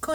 こ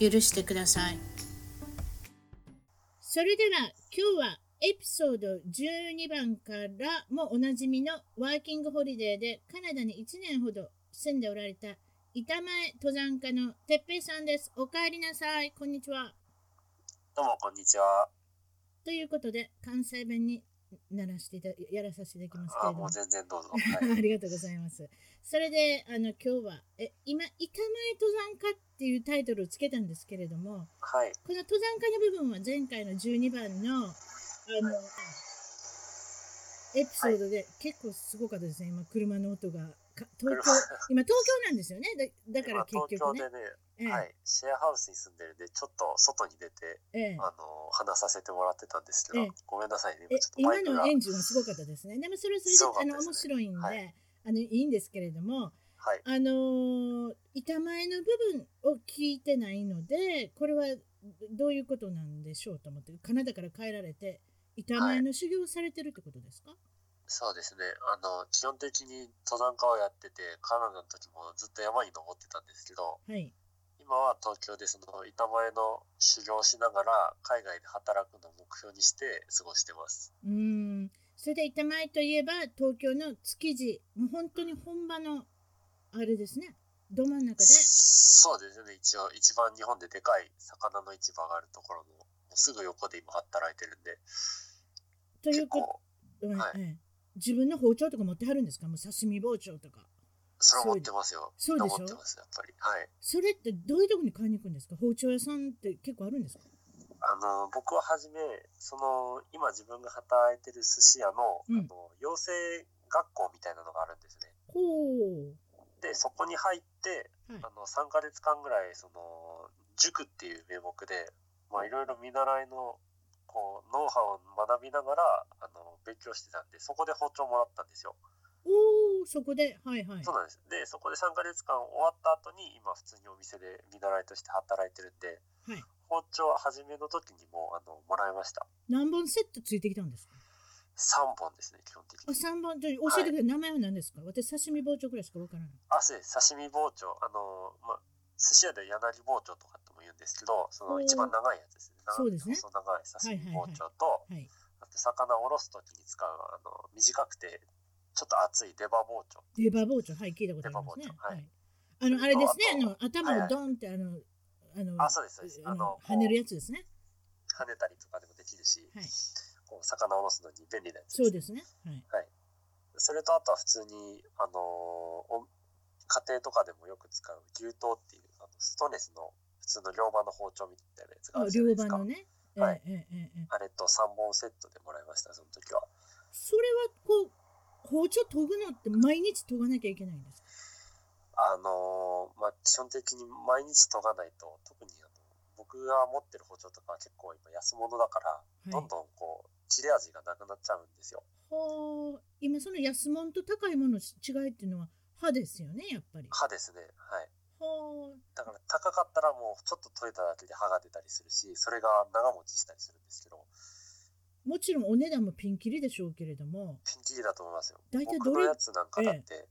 許してくださいそれでは今日はエピソード12番からもおなじみのワーキングホリデーでカナダに1年ほど住んでおられた板前登山家の哲平さんです。おかえりなさい。こんにちは。どうもこんにちは。ということで関西弁にならしていたやらさせていただきますけあれどももう。全然どうぞ。 ありがとうございます。それであの今日はえ今「板前登山家」っていうタイトルをつけたんですけれどもはい、はい、この登山家の部分は前回の12番のあのエピソードで結構すごかったですね今車の音がか東京車今東京なんですよねだだから今結東京局でね。ね、はい、シェアハウスに住んでるんでちょっと外に出て、ええええあの話させてもらってたんですけど、ええごめんなさいねえ今ちょっと今マイクがのエンジンはすごかったですね。でもそれはそれすごかっでたあのですね面白いんで、はいあのいいんですけれども、はいあのー板前の部分を聞いてないのでこれはどういうことなんでしょうと思ってカナダから帰られて板前の修行をされてるってことですか、そうですねあの基本的に登山家をやっててカナダの時もずっと山に登ってたんですけどはい、今は東京でその板前の修行をしながら海外で働くのを目標にして過ごしてます。うーんそれで板前といえば東京の築地もう本当に本場のあれですねど真ん中でそうですね一応一番日本ででかい魚の市場があるところのもうすぐ横で今働いてるんでとい結うこと、構はいええ自分の包丁とか持ってはるんですかもう刺身包丁とかそれ持ってますよそうでしょ持ってますやっぱりはいそれってどういうとこに買いに行くんですか包丁屋さんって結構あるんですかあの僕は初めその今自分が働いてる寿司屋の,、うんあの養成学校みたいなのがあるんですねほうでそこに入ってはいあの3ヶ月間ぐらいその塾っていう名目でまあいろいろ見習いのこうノウハウを学びながらあの勉強してたんでそこで包丁もらったんですよおおそこではいはいそうなんです。で、そこで3ヶ月間終わった後に、今普通にお店で見習いとして働いてるんで、はい包丁は初めの時にもうあのもらいました。何本セットついてきたんですか3本ですね、基本的あに。三本ちょ教えてください、名前は何ですか私刺身包丁くらいしかわからないあ、そうです。刺身包丁。あの、まあ、寿司屋で柳包丁とかとも言うんですけど、そおのー一番長いやつですね。長そうですね細長い刺身包丁と、はいあと魚をおろす時に使う、あの、短くて、ちょっと厚い出刃包丁。出刃包丁はい聞いたことありますね出刃包丁はいあのあれですねあのあ頭をドンってあのあのあ、そうです、そうです。ああの、の跳ねるやつですね跳ねたりとかでもできるし、はいこう魚をおろすのに便利なやつそうですねはいそれとあとは普通に、あのーお家庭とかでもよく使う牛刀っていうあのストレスの普通の両刃の包丁みたいなやつがああるじゃない両で刃すか。のねはいええええええあれと3本セットでもらいました、その時は。それはこう包丁研ぐのって毎日研がなきゃいけないんですかあのーまあ、基本的に毎日研がないと、特にあの僕が持ってる包丁とかは結構今安物だから、どはいんどんこう切れ味がなくなっちゃうんですよ。ほう今その安物と高いものの違いっていうのは歯ですよねやっぱり歯ですね。はい。ほうだから高かったらもうちょっと研いだだけで歯が出たりするし、それが長持ちしたりするんですけど、もちろんお値段もピンキリでしょうけれども、ピンキリだと思いますよ。大体僕どれのやつなんかだって、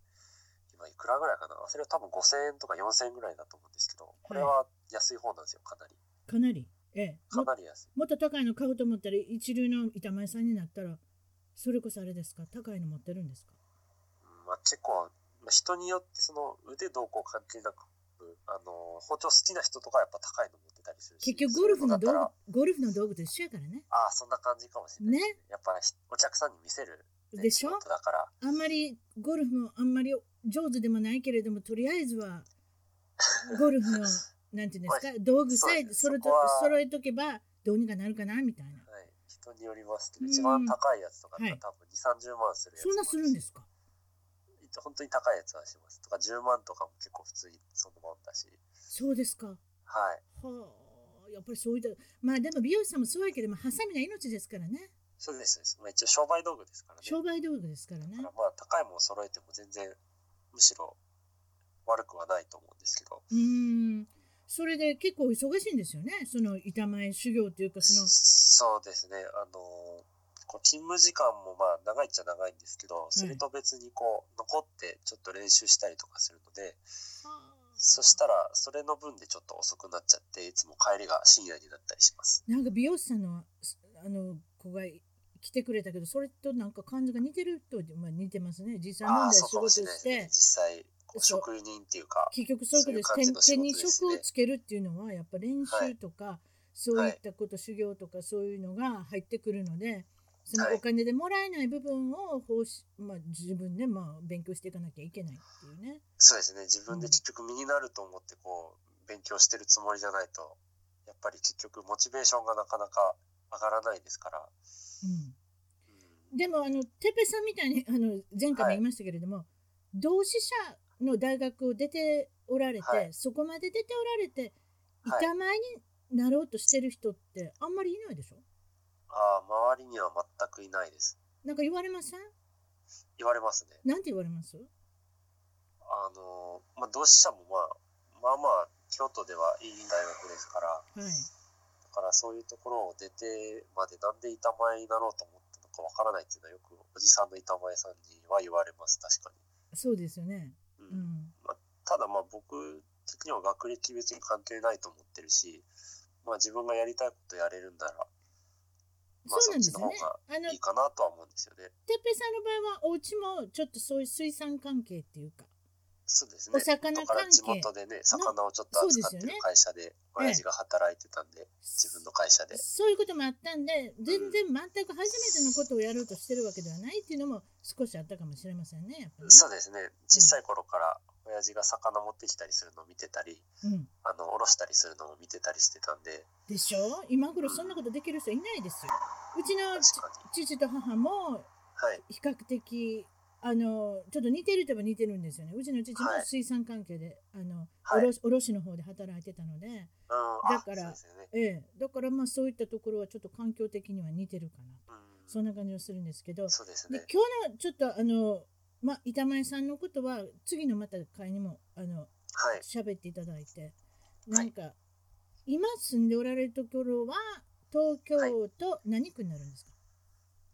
今いくらぐらいかなそれは多分5000円とか4000円ぐらいだと思うんですけど、これは安い方なんですよ、かなり。かなり、ええ、かもなり安い。もっと高いの買おうと思ったら、一流の板前さんになったら、それこそあれですか、高いの持ってるんですか。うんまあ、結構、まあ人によってその腕どうこう関係なく、あの包丁好きな人とかはやっぱ高いの持ってたりするし。結局ゴルフのそうい道うだったら具、ゴルフの道具と一緒やからね。ああ、そんな感じかもしれないですね。やっぱりお客さんに見せる、ね、でしょ仕事だから。あんまりゴルフもあんまり上手でもないけれども、とりあえずは。ゴルフの、なんていうんですか、道具さえそう揃えとそこは揃えとけば、どうにかなるかなみたいな。はい、人によりますけど、うん一番高いやつとかだったらはい多分2、30万するやつそんなするんですか。本当に高いやつはしますとか10万とかも結構普通にそのまんだし、そうですか。はい。はあやっぱりそういったまあでも美容師さんもすごいけどもハサミが命ですからねそうですそうです。まあ一応商売道具ですからね。商売道具ですからねだからまあ高いもの揃えても全然むしろ悪くはないと思うんですけど。うーんそれで結構忙しいんですよねその板前修行というかそのそうですね。あのこう勤務時間もまあ長いっちゃ長いんですけど、それと別にこう残ってちょっと練習したりとかするので、そしたらそれの分でちょっと遅くなっちゃって、いつも帰りが深夜になったりします。なんか美容師さんのすあの子が来てくれたけどそれとなんか感じが似てると、まあ、似てますね実際あ問あ題仕そうか事もしれないしですねて。実際こうそう職人っていうか、結局そういうことですそういう感じの手仕事にですね職をつけるっていうのはやっぱ練習とか、そういったこと、修行とかそういうのが入ってくるのでそはのいお金でもらえない部分を奉仕、まあ、自分でまあ勉強していかなきゃいけないっていうね。そうですね。自分で結局身になると思ってこう勉強してるつもりじゃないと、やっぱり結局モチベーションがなかなか上がらないですから。うんうんでもあのテペさんみたいにあの前回も言いましたけれども、同志社の大学を出ておられて、はいそこまで出ておられてはい板前になろうとしてる人ってあんまりいないでしょああ、周りには全くいないです。なんか言われません言われますね。なんて言われますあの、まあ、同志社もまあ、まあまあ、京都ではいい大学ですから、はいだからそういうところを出てまでなんで板前になろうと思ったのかわからないっていうのはよくおじさんの板前さんには言われます、確かそうですよね、に。ううんん、ただまあ僕的には学歴別に関係ないと思ってるし、まあ自分がやりたいことやれるんなら、まあそうなんですよねそっあのいいかなとは思うんですよね。てっぺいさんの場合はお家もちょっとそういう水産関係っていうかそうですね。お魚だから関係地元でね、魚をちょっと扱ってそうですよるね会社で、親父が働いてたんで、自分の会社で。そういうこともあったんで全然全く初めてのことをやろうとしてるわけではないっていうのも少しあったかもしれませんねやっぱりねそうですね。小さい頃から親父が魚持ってきたりするのを見てたり、うん、あの、おろしたりするのを見てたりしてたんで、でしょ今頃そんなことできる人いないですよ。うちの確かに。ち父と母もはい。比較的あのちょっと似てるといえば似てるんですよね。うちの父もはい水産関係で、あのはい。うん卸卸の方で働いてたので、あだからそうですよね。ええ、だからまあそういったところはちょっと環境的には似てるかなうんそんな感じがするんですけど、でそうですね。今日のちょっとあの、まあ、板前さんのことは次のまた会にもあのはい。喋っていただいてはないんか、今住んでおられるところは東京と何区になるんですか、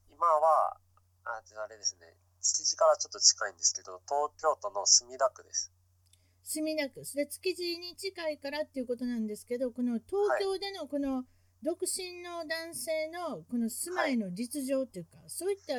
今は、あ、じゃああれですね。築地からちょっと近いんですけど、東京都の墨田区です。墨田区で築地に近いからっていうことなんですけどこの東京でのこの独身の男性のこの住まいの実情というか、そういっ た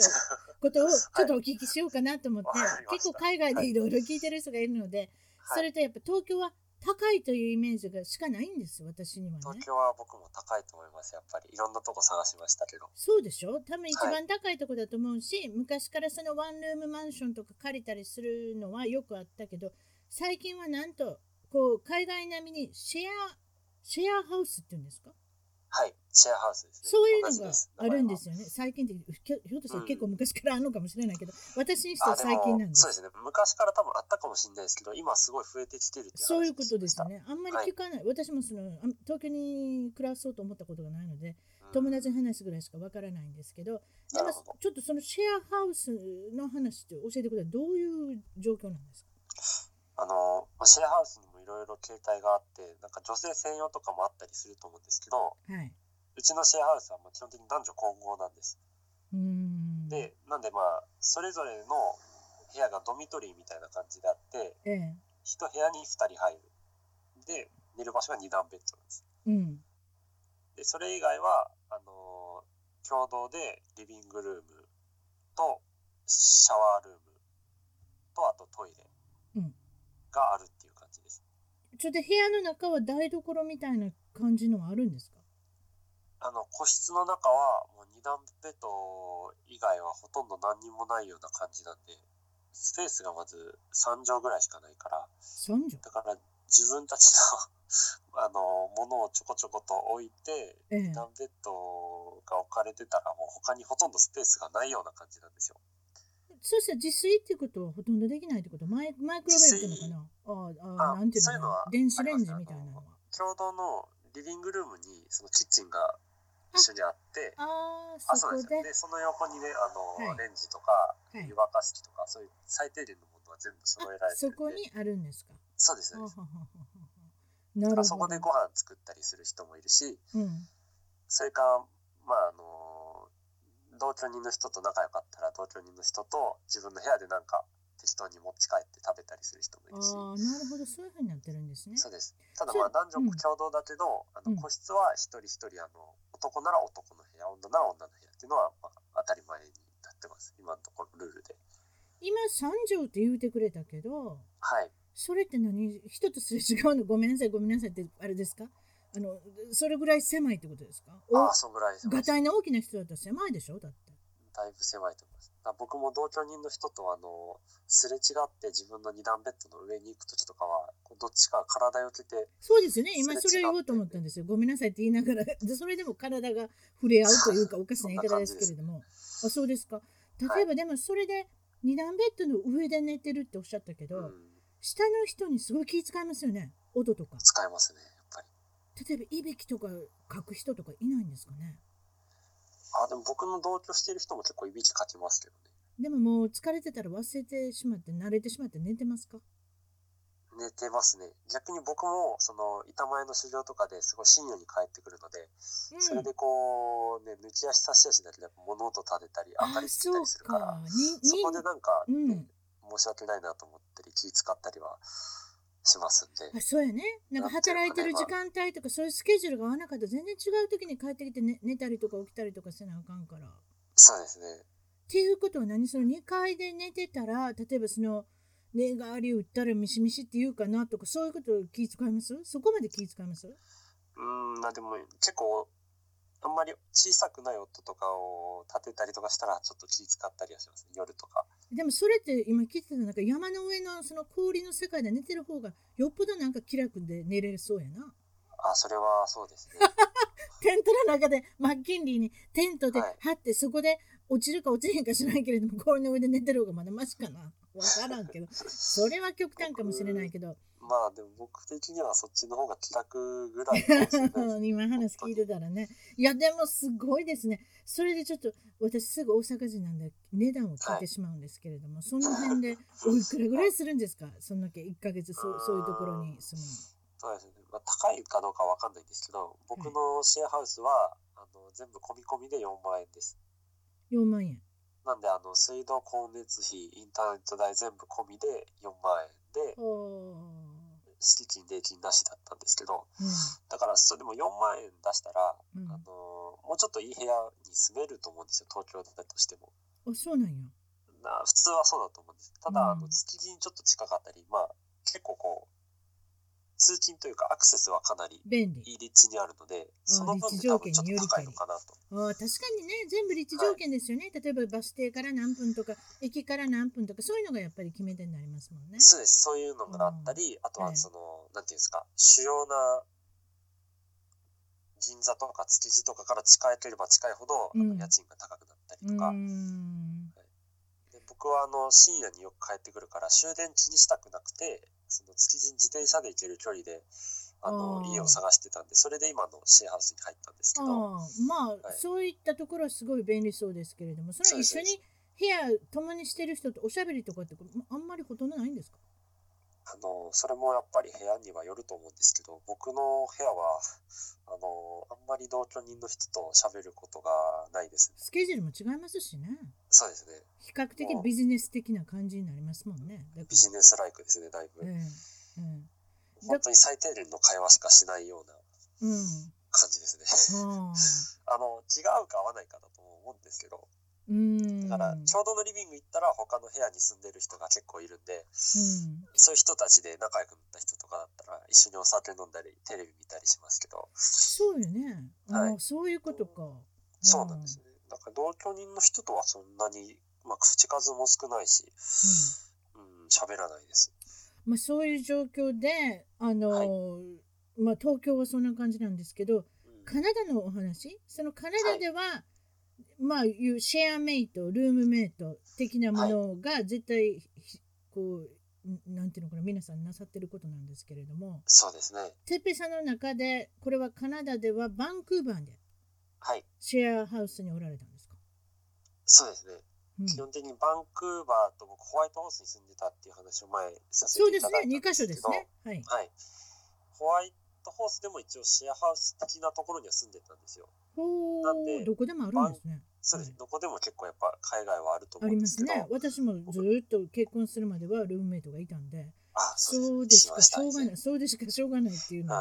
ことをちょっとお聞きしようかなと思って、わかりました結構海外でいろいろ聞いてる人がいるので、はそい。れとやっぱ東京は高いというイメージがしかないんです私にはね。東京は僕も高いと思います、やっぱり。いろんなとこ探しましたけど。そうでしょ多分一は番高いとこだと思うし、昔からそのワンルームマンションとか借りたりするのはよくあったけど最近はなんとこう海外並みにシェアシェアハウスっていうんですかはい。シェアハウスですね。そういう同のじがですあるんですよね最近ってひょひょっとしたら結構昔からあるのかもしれないけど、私にしては最近なんでそうですすね昔から多分あったかもしれないですけど今すごい増えてきてるっていそういうことです話をしねあんまり聞かない、私もそのあ東京に暮らそうと思ったことがないのでました友達の話ぐらいしかわからないんですけどでなもるほどちょっとそのシェアハウスの話って教えてくださいどういう状況なんですかあのまあシェアハウスにもいろいろ形態があってなんか女性専用とかもあったりすると思うんですけどはい。うちのシェアハウスはまあ基本的に男女混合なんですうーん。でなんでまあそれぞれの部屋がドミトリーみたいな感じであってええ。一部屋に2人入るで寝る場所が2段ベッドなんですうん。でそれ以外はあの共同でリビングルームとシャワールームとあとトイレうんがあるっていう感じです、ちょっと部屋の中は台所みたいな感じのはあるんですか。あの個室の中はもう2段ベッド以外はほとんど何にもないような感じなんでスペースがまず3畳ぐらいしかないから三畳。だから自分たちの あのものをちょこちょこと置いてええ2。段ベッドが置かれてたらもう他にほとんどスペースがないような感じなんですよそしたら自炊っていうことはほとんどできないってこと。マイマイクロウェーブっていうのかな。あああああなんていうのかそういうなのは。電子レンジみたいなのは。共同のリビングルームにそのキッチンが一緒にあってあああそそうこですでよでその横にねあの、はいレンジとかはい湯沸かす機とかそういう最低限のものは全部揃えられてそるんでこにあるんですかそうですそうははでははすはなるほどあそこでご飯作ったりする人もいるしうんそれからまああの同居人の人と仲良かったら同居人の人と自分の部屋でなんか適当に持ち帰って食べたりする人もいるしああなるほどそういうふうになってるんですねそうですただそれまあ男うん女共同だけど、うんあの個室は一人一人あの男なら男の部屋女なら女の部屋っていうのは、まあ、当たり前になってます今のところルールで今三条って言うてくれたけどはいそれって何人とすれ違うのごめんなさいごめんなさいってあれですかあのそれぐらい狭いってことですかああおそんぐらいですがたいの大きな人だったら狭いでしょだってだいぶ狭いと思います。だから僕も同居人の人とあのすれ違って自分の二段ベッドの上に行く時とかはこうどっちか体をけてそうですよねそれ今それを言おうと思ったんですよごめんなさいって言いながら でそれでも体が触れ合うというかおかしな言い方ですけれどもあそうですか例えばでもそれで二段ベッドの上で寝てるっておっしゃったけど、うん、下の人にすごい気遣いますよね音とか使えますねやっぱり。例えばいびきとか書く人とかいないんですかねあでも僕の同居してる人も結構いびきかきますけどでももう疲れてたら忘れてしまって慣れてしまって寝てますかね寝てますね。逆に僕もその板前の修行とかですごい深夜に帰ってくるので、それでこうね抜き足差し足だけで物音立てたり明かりつけたりするからあそうそこかでなんか、ににうねん申し訳ないなと思ったり気使ったりはしますんで。あそうやねなんかなんていうのかな働いてる時間帯とかそういうスケジュールが合わなかったら全然違う時に帰ってきて寝寝たりとか起きたりとかせなあかんから。っそうですね。ていうことは何その2階で寝てたら例えばその寝返り打ったらミシミシって言うかなとかそういうことを気遣いますそこまで気遣いますうーん、まあでも結構、あんまり小さくない音とかを立てたりとかしたら、ちょっと気使ったりはします、夜とか。でもそれって今聞いてたなんか山の上のその氷の世界で寝てる方がよっぽどなんか気楽で寝れそうやな。あ、それはそうですね。テントの中でマッキンリーにテントでは張いってそこで落ちるか落ちへんかしないけれども氷の上で寝てる方がまだマシ かな。わからんけどそれは極端かもしれないけどまあでも僕的にはそっちの方が気楽ぐらいかもしれないです ね。今話聞いてたらねいやでもすごいですねそれでちょっと私すぐ大阪人なんで値段を聞いてしまうんですけれども、その辺でおいくらぐらいするんですかそんだけ1ヶ月そうそういうところに住むの。そうですね。まあ高いかどうかわかんないんですけど、僕のシェアハウスは、あの、全部込み込みで4万円です。 4万円。なんで、あの、水道、光熱費、インターネット代全部込みで4万円で、お敷金、礼金なしだったんですけど、だからそれでも4万円出したら、うんうん、ああのーもうちょっといい部屋に住めると思うんですよ東京だとしてもそうなんや。な普通はそうだと思うんですただ、うんあの築地にちょっと近かったりまあ結構こう通勤というかアクセスはかなり便利。いい立地にあるのでその分立地条多件分にちょっと高いのかなとあー確かにね全部立地条件ですよね、例えばバス停から何分とか駅から何分とかそういうのがやっぱり決め手になりますもんね。そうですそういうのがあったり、あとははいその、なんていうんですか主要な銀座とか築地とかから近ければ近いほど、あうのん家賃が高くなったりうーとか、んで僕はあの深夜によく帰ってくるから終電気にしたくなくてその築地に自転車で行ける距離であのあー家を探してたんでそれで今のシェアハウスに入ったんですあーけどまあ、はいそういったところはすごい便利そうですけれどもそそれうで一す緒に部屋共にしてる人とおしゃべりとかってあんまりほとんどないんですかあのそれもやっぱり部屋にはよると思うんですけど僕の部屋はあのあんまり同居人の人と喋ることがないですスケジュールも違いますしねそうですね比較的ビジネス的な感じになりますもんね。だからビジネスライクですねだいぶええええ本当に最低限の会話しかしないようなうん感じですね ああの気が合うか合わないかだと思うんですけどーうんだから共同のリビング行ったら他の部屋に住んでる人が結構いるんでうん、そういう人たちで仲良くなった人とかだったら一緒にお酒飲んだりテレビ見たりしますけどそうよね、はあいあそういうことかそうなんですねだから同居人の人とはそんなに、まあ、口数も少ないしうん喋らないですまあ、そういう状況であの、はいまあ、東京はそんな感じなんですけどうんカナダのお話そのカナダでは、まあいうシェアメイトルームメイト的なものが絶対、ひこうんなんていうのかな皆さんなさってることなんですけれどもそうですね。テッペさんの中でこれはカナダではバンクーバーではい。シェアハウスにおられたんですか、そうですね。うん、基本的にバンクーバーと僕ホワイトハウスに住んでたっていう話を前にさせそうていですただねい二箇たんです所けでど、すねはいはい。ホワイトハウスでも一応シェアハウス的なところには住んでたんですよ。ほなんでうどこでもあるんですねそうです。はいどこでも結構やっぱ海外はあるとあり思うんでますすけど。ね私もずーっと結婚するまではルームメイトがいたんであそうでですしかしょうがないそうでしかしょうがないっていうのであ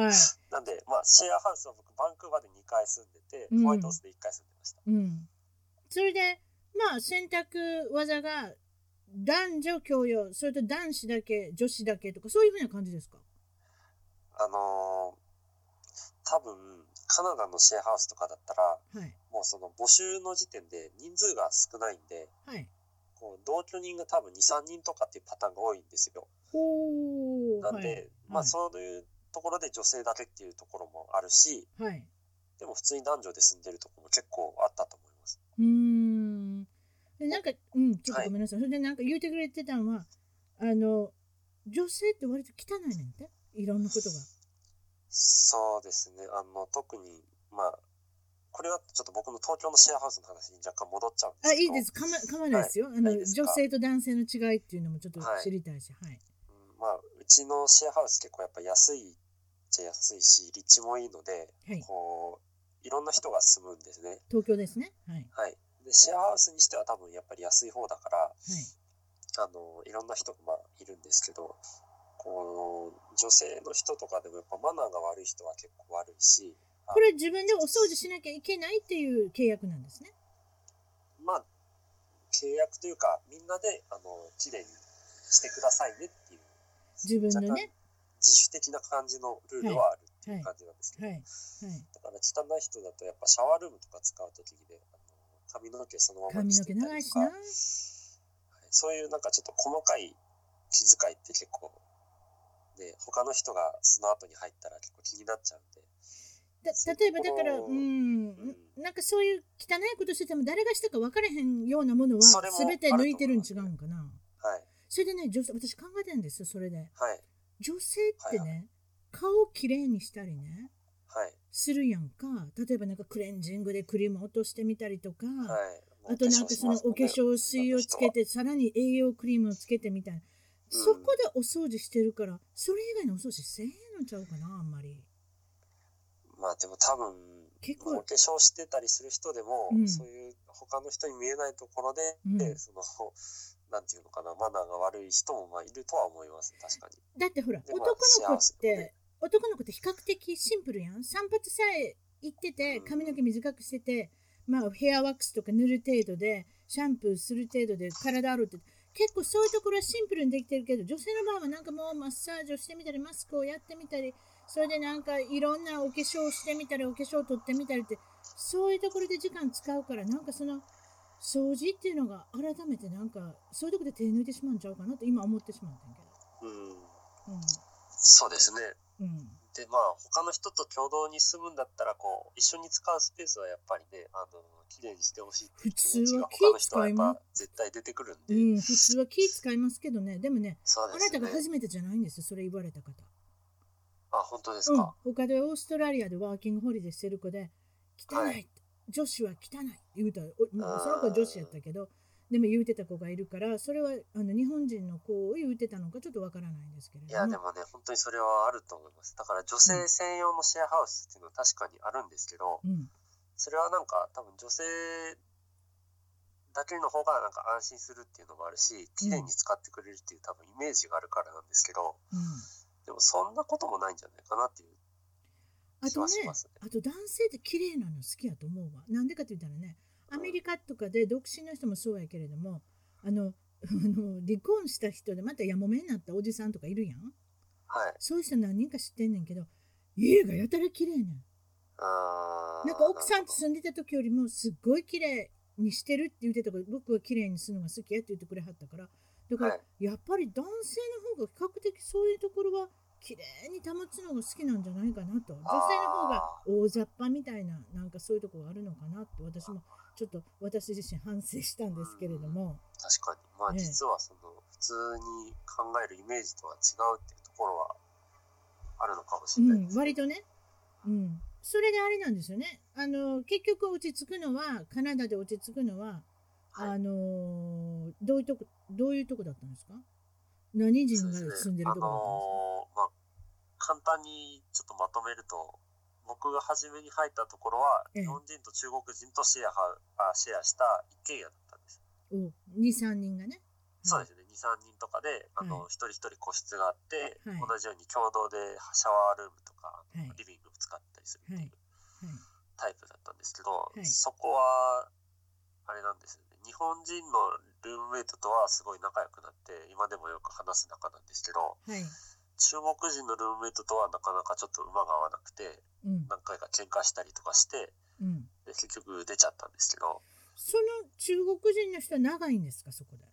は、いなんで、まあ、シェアハウスは僕、バンクーバーで2回住んでて、うんホワイトハウスで1回住んでました。うんそれでまあ選択技が男女共用それと男子だけ女子だけとかそういうふうな感じですかあのー多分カナダのシェアハウスとかだったら、はいもうその募集の時点で人数が少ないんで、はいこう同居人が多分2、3人とかっていうパターンが多いんですよ。ほうなんで、まあ、はいそういうところで女性だけっていうところもあるし、はいでも普通に男女で住んでるところも結構あったと思います。うーん。でなんか、うん、ちょっはといごめんなさい。それでなんか言うてくれてたのは、あの、女性って割と汚いねんて。いろんなことが。そうですね。あの、特に、まあ、これはちょっと僕の東京のシェアハウスの話に若干戻っちゃうんであ、すけど。いいです。かま、かまないですよ。あの、ないですか女性と男性の違いっていうのもちょっと知りたいし、はい。うんまあ、うちのシェアハウス結構やっぱ安いっちゃ安いし、立地もいいので、はい。こう、いろんな人が住むんですね。東京ですね。はい。はい。で、シェアハウスにしては多分やっぱり安い方だから、あの、いろんな人がまあいるんですけど、こう、女性の人とかでもやっぱマナーが悪い人は結構悪いし、これ自分でお掃除しなきゃいけないっていう契約なんですね。まあ、契約というか、みんなで、あの、綺麗にしてくださいねっていう。自分のね。若干自主的な感じのルールはあるっていう感じなんですけど、はい。はい。だから汚い人だとやっぱシャワールームとか使う時にね、あの髪の毛そのまま髪にしのて毛た長いりとしか、な。はいそういうなんかちょっと細かい気遣いって結構、ね、他の人がその後に入ったら結構気になっちゃうんで、だそう例えばだからうここんうんなんかそういう汚いことしてても誰がしたか分からへんようなものはそれも全て抜いてるん違うんかなはい、それでね女性私考えてるんですよそれではい、女性ってはいね顔をきれいにしたりねはい、するやんか例えばなんかクレンジングでクリーム落としてみたりとか、はい。あとなんかそのお化粧水をつけてて、さらに栄養クリームをつけてみたいな、うんそこでお掃除してるからそれ以外のお掃除せえへんのちゃうかなあんまりまあでも多分、結お構化粧してたりする人でも、うんそういう他の人に見えないところで、うんそのなんていうのかなマナーが悪い人もまあいるとは思います確かにだってほらでも男の幸子せっだて、もんね男の子って比較的シンプルやん散髪さえ行っててうん髪の毛短くしてて、まあ、ヘアワックスとか塗る程度でシャンプーする程度で体あるって結構そういうところはシンプルにできてるけど女性の場合はなんかもうマッサージをしてみたりマスクをやってみたりそれでなんかいろんなお化粧をしてみたりお化粧を取ってみたりってそういうところで時間使うからなんかその掃除っていうのが改めてなんかそういうところで手抜いてしまうんちゃうかなと今思ってしまったんやけうんど。うんそうですねうんでまあ他の人と共同に住むんだったらこう一緒に使うスペースはやっぱりねあの綺麗にしてほしいっていう気持ちが普通は他の人は気遣やっいまぱ絶対出てくるんうで、ん、普通は気使いますけどね、でもね、そうあでなすたねが初めてじゃないんですよ、それ言われた方。あ本当ですうんか、、他でオーストラリアでワーキングホリデーしてる子で、汚い、はい女子は汚い、言うたら、おまああーその子は女子やったけど、でも言うてた子がいるから、それはあの日本人の子を言うてたのかちょっとわからないんですけれいやどでも。もね本当にそれはあると思いますだから女性専用のシェアハウスっていうのは確かにあるんですけど、うん、それはなんか多分女性だけの方がなんか安心するっていうのもあるし綺麗に使ってくれるっていう多分イメージがあるからなんですけどうんでもそんなこともないんじゃないかなっていうあ気とはねしますね、あと男性って綺麗なの好きやと思うわ。なんでかって言ったらね、アメリカとかで独身の人もそうやけれども、あの、 あの離婚した人でまたやもめになったおじさんとかいるやん。はいそういう人何人か知ってんねんけど、家がやたら綺麗ねん。あーなんか奥さんとなる住んでた時よりもすっごい綺麗にしてるって言ってたから、僕は綺麗にするのが好きやって言ってくれはったから、だほどからはいやっぱり男性の方が比較的そういうところは綺麗に保つのが好きなんじゃないかなと女性の方が大雑把みたいななんかそういうとこがあるのかなって私もちょっと私自身反省したんですけれども、確かにまあええ実はその普通に考えるイメージとは違うっていうところはあるのかもしうれないんで、すね、割とね、うん、それであれなんですよねあの結局落ち着くのはカナダで落ち着くのは、はあいのーどういうとこどういうとこだったんですか何人そがうですね住んでるとこだったんですか、あのーまあ簡単にちょっとまとめると僕が初めに入ったところはええ日本人と中国人とシェアはあシェアした一軒家だったんですお23人がね。そうはいですね、2、3人とかで、あの、は一人一人個室があって、はい同じように共同でシャワールームとか、はいリビングを使ったりするっていうはいタイプだったんですけど、はいそこは、あれなんですよね、日本人のルームメイトとはすごい仲良くなって、今でもよく話す仲なんですけど、はい。中国人のルームメイトとはなかなかちょっと馬が合わなくて、うん。何回か喧嘩したりとかして、うん。で結局出ちゃったんですけど、その中国人の人は長いんですか、そこで。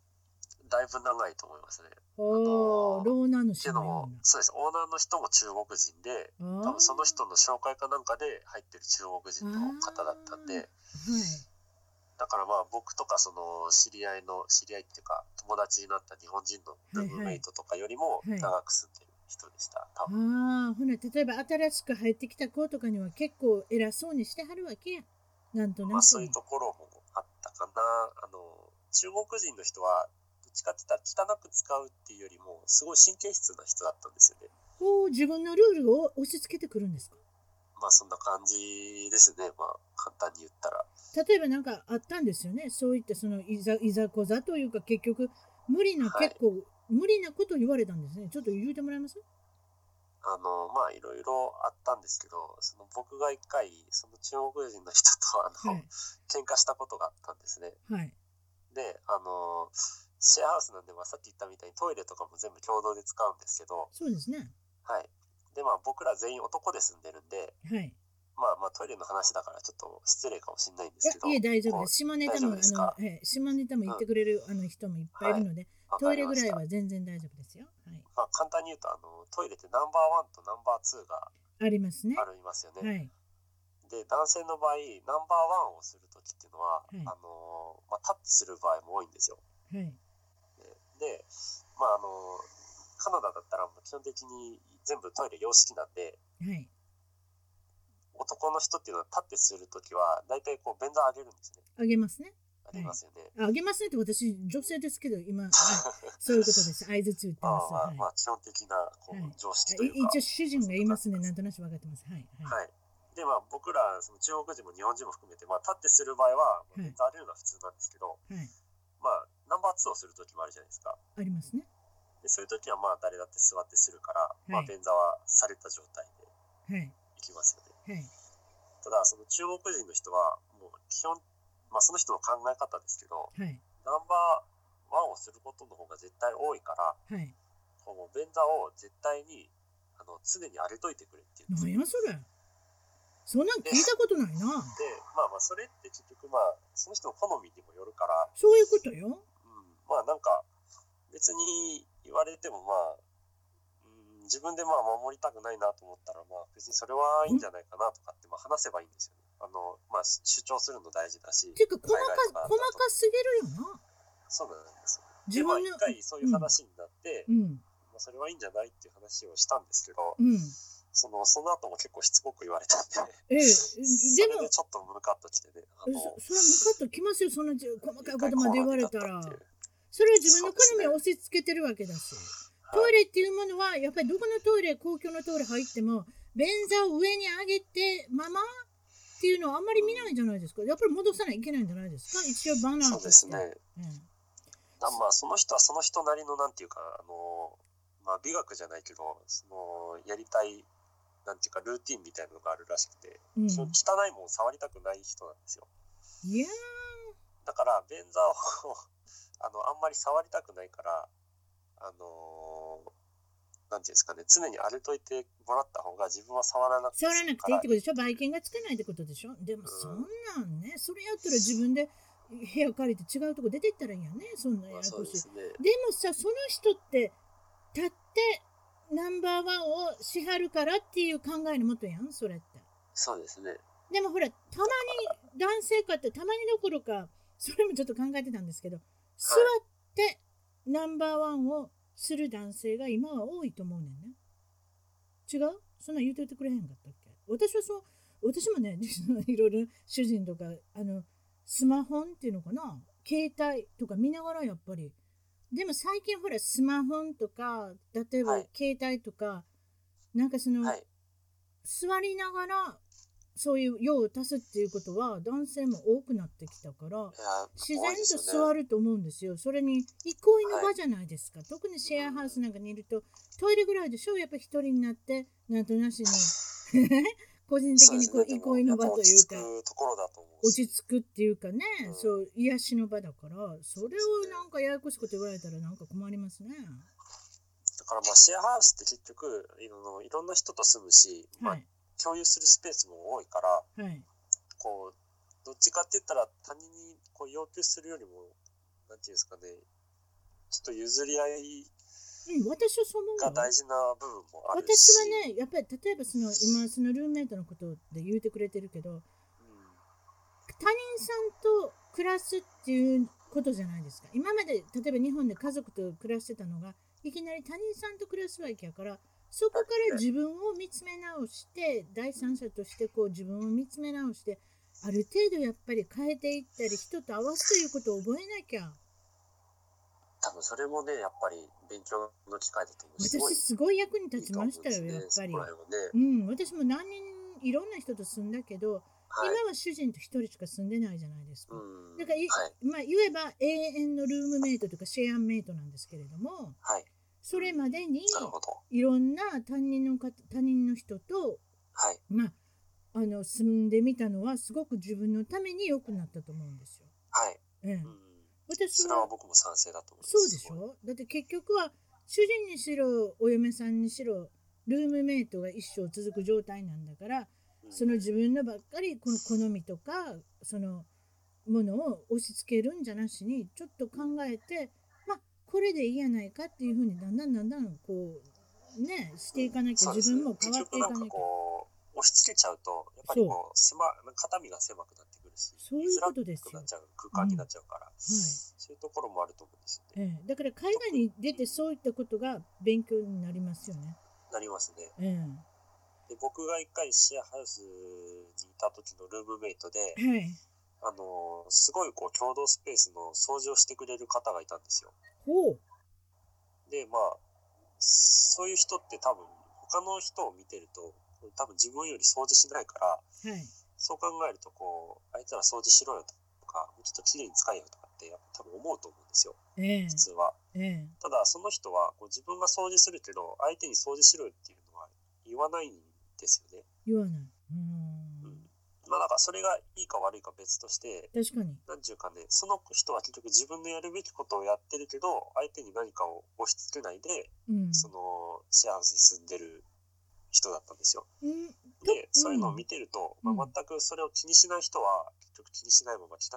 だいぶ長いと思いますね。っおお、老男のてい人うののもよ、そうです、オーナーの人も中国人で、うな。多分そのは人の紹介かなんかで入ってる中国人の方だったんあでーだからまあ僕とかその知り合いの知り合いっていうか友達になった日本人のルームメイトとかよりもはいはい長く住んでる人でした、多い。分ああ、ほな、例えば新しく入ってきた子とかには結構偉そうにしてはるわけや。なんとなく。まあそういうところもあったかなあの中国人の人はどっちかって言ったら汚く使うっていうよりもすごい神経質な人だったんですよねこう自分のルールを押し付けてくるんですかまあそんな感じですねまあ簡単に言ったら例えばなんかあったんですよねそういったそのいざいざこざというか結局無理な、はい結構無理なことを言われたんですねちょっと言うてもらえますあのまあいろいろあったんですけどその僕が一回その中国人の人とあの、はい喧嘩したことがあったんですね。はいで、あのシェアハウスなんで、まあ、さっき言ったみたいにトイレとかも全部共同で使うんですけど、そうですねはい。で、まあ、僕ら全員男で住んでるんで、はいまあ、まあ、トイレの話だからちょっと失礼かもしれないんいでやすけど、いえ大丈夫でこうす下ネタも大丈夫ですあかの、はい、下ネタも言ってくれる、あの人もいっぱいいるので、わトイかレぐりまらいしたは全然大丈夫ですよはいまあ、簡単に言うと、あの、トイレってナンバーワンとナンバーツーがありますねあはりますよいね。で、男性の場合、ナンバーワンをするときっていうのは、いあのまあ、タッチする場合も多いんですよ。はいで、まあ、あのカナダだったらもう基本的に全部トイレ洋式なんで、はい男の人っていうのは立ってするときは大体こう便座上げるんですね。あげますねありますよね。ああげますねって私女性ですけど今、 はい、そういうことです相槌打ってまあます、まあはいまあ基本的なこはいう常識といいうか。一応主人がいますねなんとなく分かってますはいはい、はい。でまあ僕らその中国人も日本人も含めてまあ立ってする場合ははい便座上げるのは普通なんですけど、はい、まあナンバー2をするときもあるじゃないですか。ありますねでそういうときはまあ誰だって座ってするから、まあはい便座はされた状態ではいいきますよね。はいただその中国人の人はもう基本まあその人の考え方ですけど、はいナンバーワンをすることの方が絶対多いから。はいこの便座を絶対にあの常に荒れといてくれっていうんです何よやそれそんなん聞いたことないなでまあまあそれって結局まあその人の好みにもよるから、そういうことようん、まあなんか別に言われてもまあ、うん、自分でまあ守りたくないなと思ったらまあ別にそれはいいんじゃないかなとかってまあ話せばいいんですよね。あのまあ、し主張するの大事だし、ていうか細か海外とか細かすぎるよなそうなんですよ。自でまあ分一の回そういう話になって、うんまあ、それはいいんじゃないっていう話をしたんですけど、うんそのその後も結構しつこく言われたんで、ええでそれもでちょっとムカッときてね。あそのそれは向かってきますよそんなじ細かいことまで言われたら一回こうなってたっていうそれは自分の好みを押し付けてるわけだしトイレっていうものはやっぱりどこのトイレ公共のトイレ入っても便座を上に上げてままっていうのはあんまり見ないんじゃないですかやっぱり戻さないといけないんじゃないですか一応バナーそとうでしすてね。うんだまあその人はその人なりのなんていうかあのまあ美学じゃないけどそのやりたいなんていうかルーティンみたいなのがあるらしくて、うん、その汚いもん触りたくない人なんですよ。いやだから便座を あのあんまり触りたくないからあのなんていうんですかね常に荒れといてもらった方が自分は触らなく触らなくていいっててことでしょ売券がつかないってことでしょでもそんなんねそれやったら自分で部屋借りて違うとこ出てったらいいやねそんなややまあそこうしでいすね。でもさその人って立ってナンバーワンをしはるからっていう考えのもとやんそれってそうですね。でもほらたまに男性かってたまにどころかそれもちょっと考えてたんですけど座ってナンバーワンをする男性が今は多いと思うねんね違うそんなん言うといてくれへんかったっけ私はそう私もね いろいろ主人とかあのスマホンっていうのかな携帯とか見ながらやっぱりでも最近ほらスマホンとか例えはばい携帯とか、なんかその、はい。座りながらそういう用を足すっていうことは男性も多くなってきたからいや自然とる。座ると思うんですよそれに憩いのは場じゃないですか、特にシェアハウスなんかにいるとトイレぐらいでしょやっぱ一人になってなんとなしに 個人的そうでにすこうね憩いの場というかやっぱ落ち着くところだと思う。落ち着くっていうかね、うんそう癒しの場だからそれをそうですねなんかややこしいこと言われたらなんか困りますね。だからまあシェアハウスって結局いろんないろんな人と住むし、まはあ、い共有するスペースも多いから、はいこうどっちかって言ったら他人にこう要求するよりもなんていうんですかねちょっと譲り合いうん、私はそう思うがわ大事な部分もあるし私はねやっぱり例えばその今そのルームメイトのことで言うてくれてるけど他人さんと暮らすっていうことじゃないですか今まで例えば日本で家族と暮らしてたのがいきなり他人さんと暮らすわけやからそこから自分を見つめ直して第三者としてこう自分を見つめ直してある程度やっぱり変えていったり人と合わすということを覚えなきゃ多分それもねやっぱり勉強の機会だと思うすごい私すごい役に立ちましたよいいやっとぱ思りうんですねそこ。ら辺うん、私はね、も何人いろんな人と住んだけど、はい今は主人と一人しか住んでないじゃないですか。うんだからいはいまあ、言えば永遠のルームメイトとかシェアメイトなんですけれどもはいそれまでになるほどいろんな他人の方他人の人と、はいまあ、あの住んでみたのはすごく自分のために良くなったと思うんですよ。はい、ええうん、私それはは僕も賛成だと思いますそうでしすごいょだって結局は主人にしろお嫁さんにしろルームメイトが一生続く状態なんだからうんその自分のばっかりこの好みとかそのものを押し付けるんじゃなしにちょっと考えてまあこれでいいやないかっていうふうにだんだんだんだんこうねしていかなきゃそうで自すね分も変わっていかなきゃ結局なんかこう押し付けちゃうとやっぱりこう狭肩身が狭くなってくるしそういうことですよ居づらくなっちゃう空間になっちゃうから、そういうところもあると思うんですよね、ええだから海外に出てそういったことが勉強になりますよね。なりますねえで僕が一回シェアハウスにいた時のルームメイトでえはい、あのすごいこう共同スペースの掃除をしてくれる方がいたんですよほうでまあそういう人って多分他の人を見てると多分自分より掃除しないからはいそう考えるとこうあいつら掃除しろよとかもうちょっときれいに使えよとかってやっぱ多分思うと思うんですよええ普通はええただその人はこう自分が掃除するけど相手に掃除しろよっていうのは言わないんですよね言わない。うーんまあなんかそれがいいか悪いか別として確かに。何ちゅうかねその人は結局自分のやるべきことをやってるけど相手に何かを押し付けないでうんそのシェアハウスに住んでる人だったんですようんで、そういうのを見てると、うんまあ、全くそれを気にしない人は、結局気にしないまま汚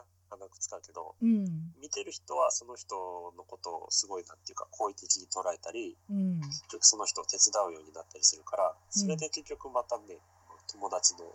く使うけど、うん見てる人はその人のことをすごいなんていうか、好意的に捉えたり、うん結局その人を手伝うようになったりするから、それで結局またね、友達の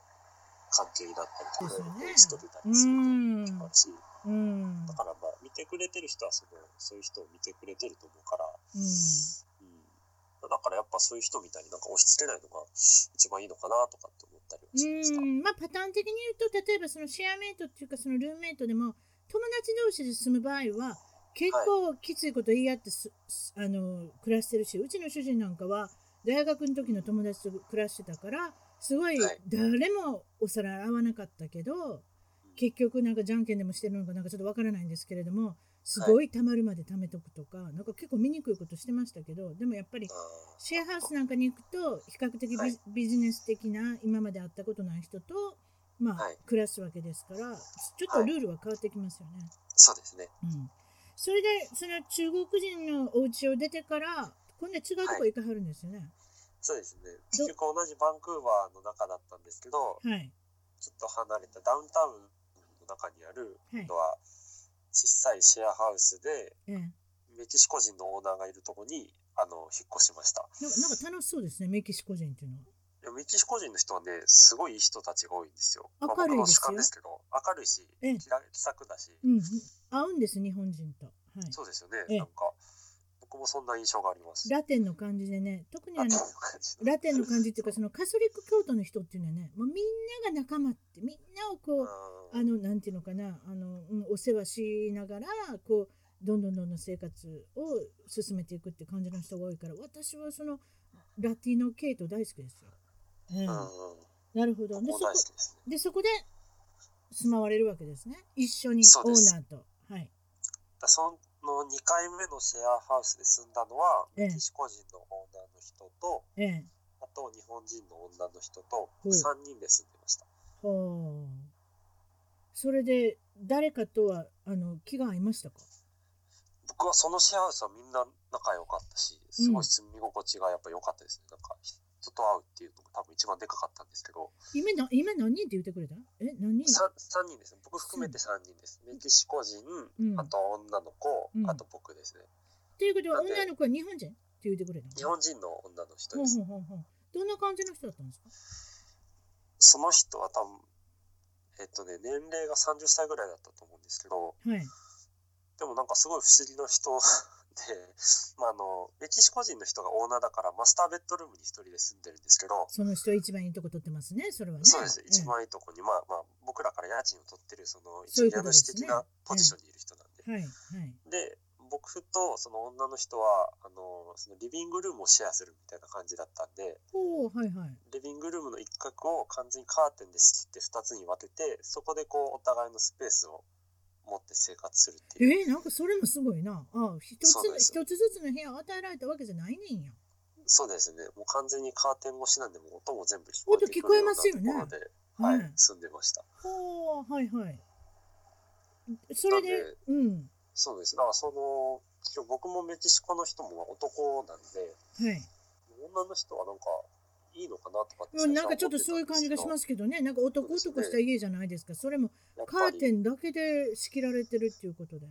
関係になったりとですよか、ね打ち解けたうりすることんもあるし、うんだからまあ、見てくれてる人はその、そういう人を見てくれてると思うから、うんうん、だからやっぱそういう人みたいになんか押し付けないのが一番いいのかなとかって思ったりはしましうた。はい。んまあパターン的に言うと例えばそのシェアメイトっていうかそのルームメイトでも友達同士で住む場合は結構きついこと言い合ってす、すあの暮らしてるしうちの主人なんかは大学の時の友達と暮らしてたからすごいはい誰もお皿合わなかったけど、結局なんかじゃんけんでもしてるのかなんかちょっとわからないんですけれどもすごい溜まるまで溜めとくとか、なんか結構醜いことしてましたけどでもやっぱりシェアハウスなんかに行くと比較的ビ,、はいビジネス的な今まで会ったことない人と、まあはい暮らすわけですからちょっとルールは変わってきますよね。そうですね。うん、それでその中国人のお家を出てから今度は違うとこ行かはるんですよね。そうですね。結局同じバンクーバーの中だったんですけど、はい、ちょっと離れたダウンタウンの中にあるはいのは、小さいシェアハウスで、ええメキシコ人のオーナーがいるとこに、あの引っ越しましたなんかなんか楽しそうですね、メキシコ人っていうのは。いやメキシコ人の人はねすごいいい人たちが多いんですよまあ明るい僕のです主よ観ですけど明るいしええ気ら気さくだし、うん、合うんです、日本人と。はそうですよええねなんか僕もそんな印象がありまい、すラテンの感じでね、特にあラテンのの感じラテンの感じっていうか、そのカソリック教徒の人っていうのはね、もうみんなが仲間って、みんなをこう、うんあのなんていうのかなあの、うん、お世話しながらこうどんどんどんどん生活を進めていくって感じの人が多いから私はそのラティノ系統大好きですよ。ええうんなるほど僕でそもこ大好きですねでそこで住まわれるわけですね一緒にそうオーですナーと。はい、だその2回目のシェアハウスで住んだのはええメキシコ人のオーナーの人とええ、あと日本人の女の人とうん3人で住んでましたほうそれで誰かとはあの気が合いましたか僕はそのシェアハウスはみんな仲良かったしすごい住み心地がやっぱ良かったですね、なんか人と会うっていうのが多分一番でかかったんですけど今な今何人って言ってくれたえ何人 3, 三人ですね僕含めて3人ですメキシコ人、うんあと女の子、うんあと僕ですねということはなんで女の子は日本人って言ってくれた日本人の女の人ほでうほす、うほうほうどんな感じの人だったんですかその人は多分えっとね年齢が30歳ぐらいだったと思うんですけはど、い。でもなんかすごい不思議な人 で、まあ、あのメキシコ人の人がオーナーだからマスターベッドルームに一人で住んでるんですけど、その人一番いいとこ取ってますね、それはね。そうです一番いいとこに、まあまあ、僕らから家賃を取ってるその一そういう家ことで主すね的なポジションにいる人なんで。ええはい、はい。で僕とその女の人はあのそのリビングルームをシェアするみたいな感じだったんでおお、はいはい。リビングルームの一角を完全にカーテンで仕切って2つに分けてそこでこうお互いのスペースを持って生活するっていうえー、なんかそれもすごいな。ああ、一つそうなんです一つずつの部屋を与えられたわけじゃないねんや。そうですね。もう完全にカーテン越しなんで、もう音も全部聞こえて音聞こえますよねくるようなところで、はい、うん住んでました。ほう、はいはい。それで、うん。そうです。だからその、今日僕もメキシコの人も男なんで、はい。女の人はなんか、いいのかなとかって。うん、なんかちょっとそういう感じがしますすけどね、なんか男そう男ですしたね家じゃないですか。それもやっカぱーテり、ンだけで仕切られてるっていうことで。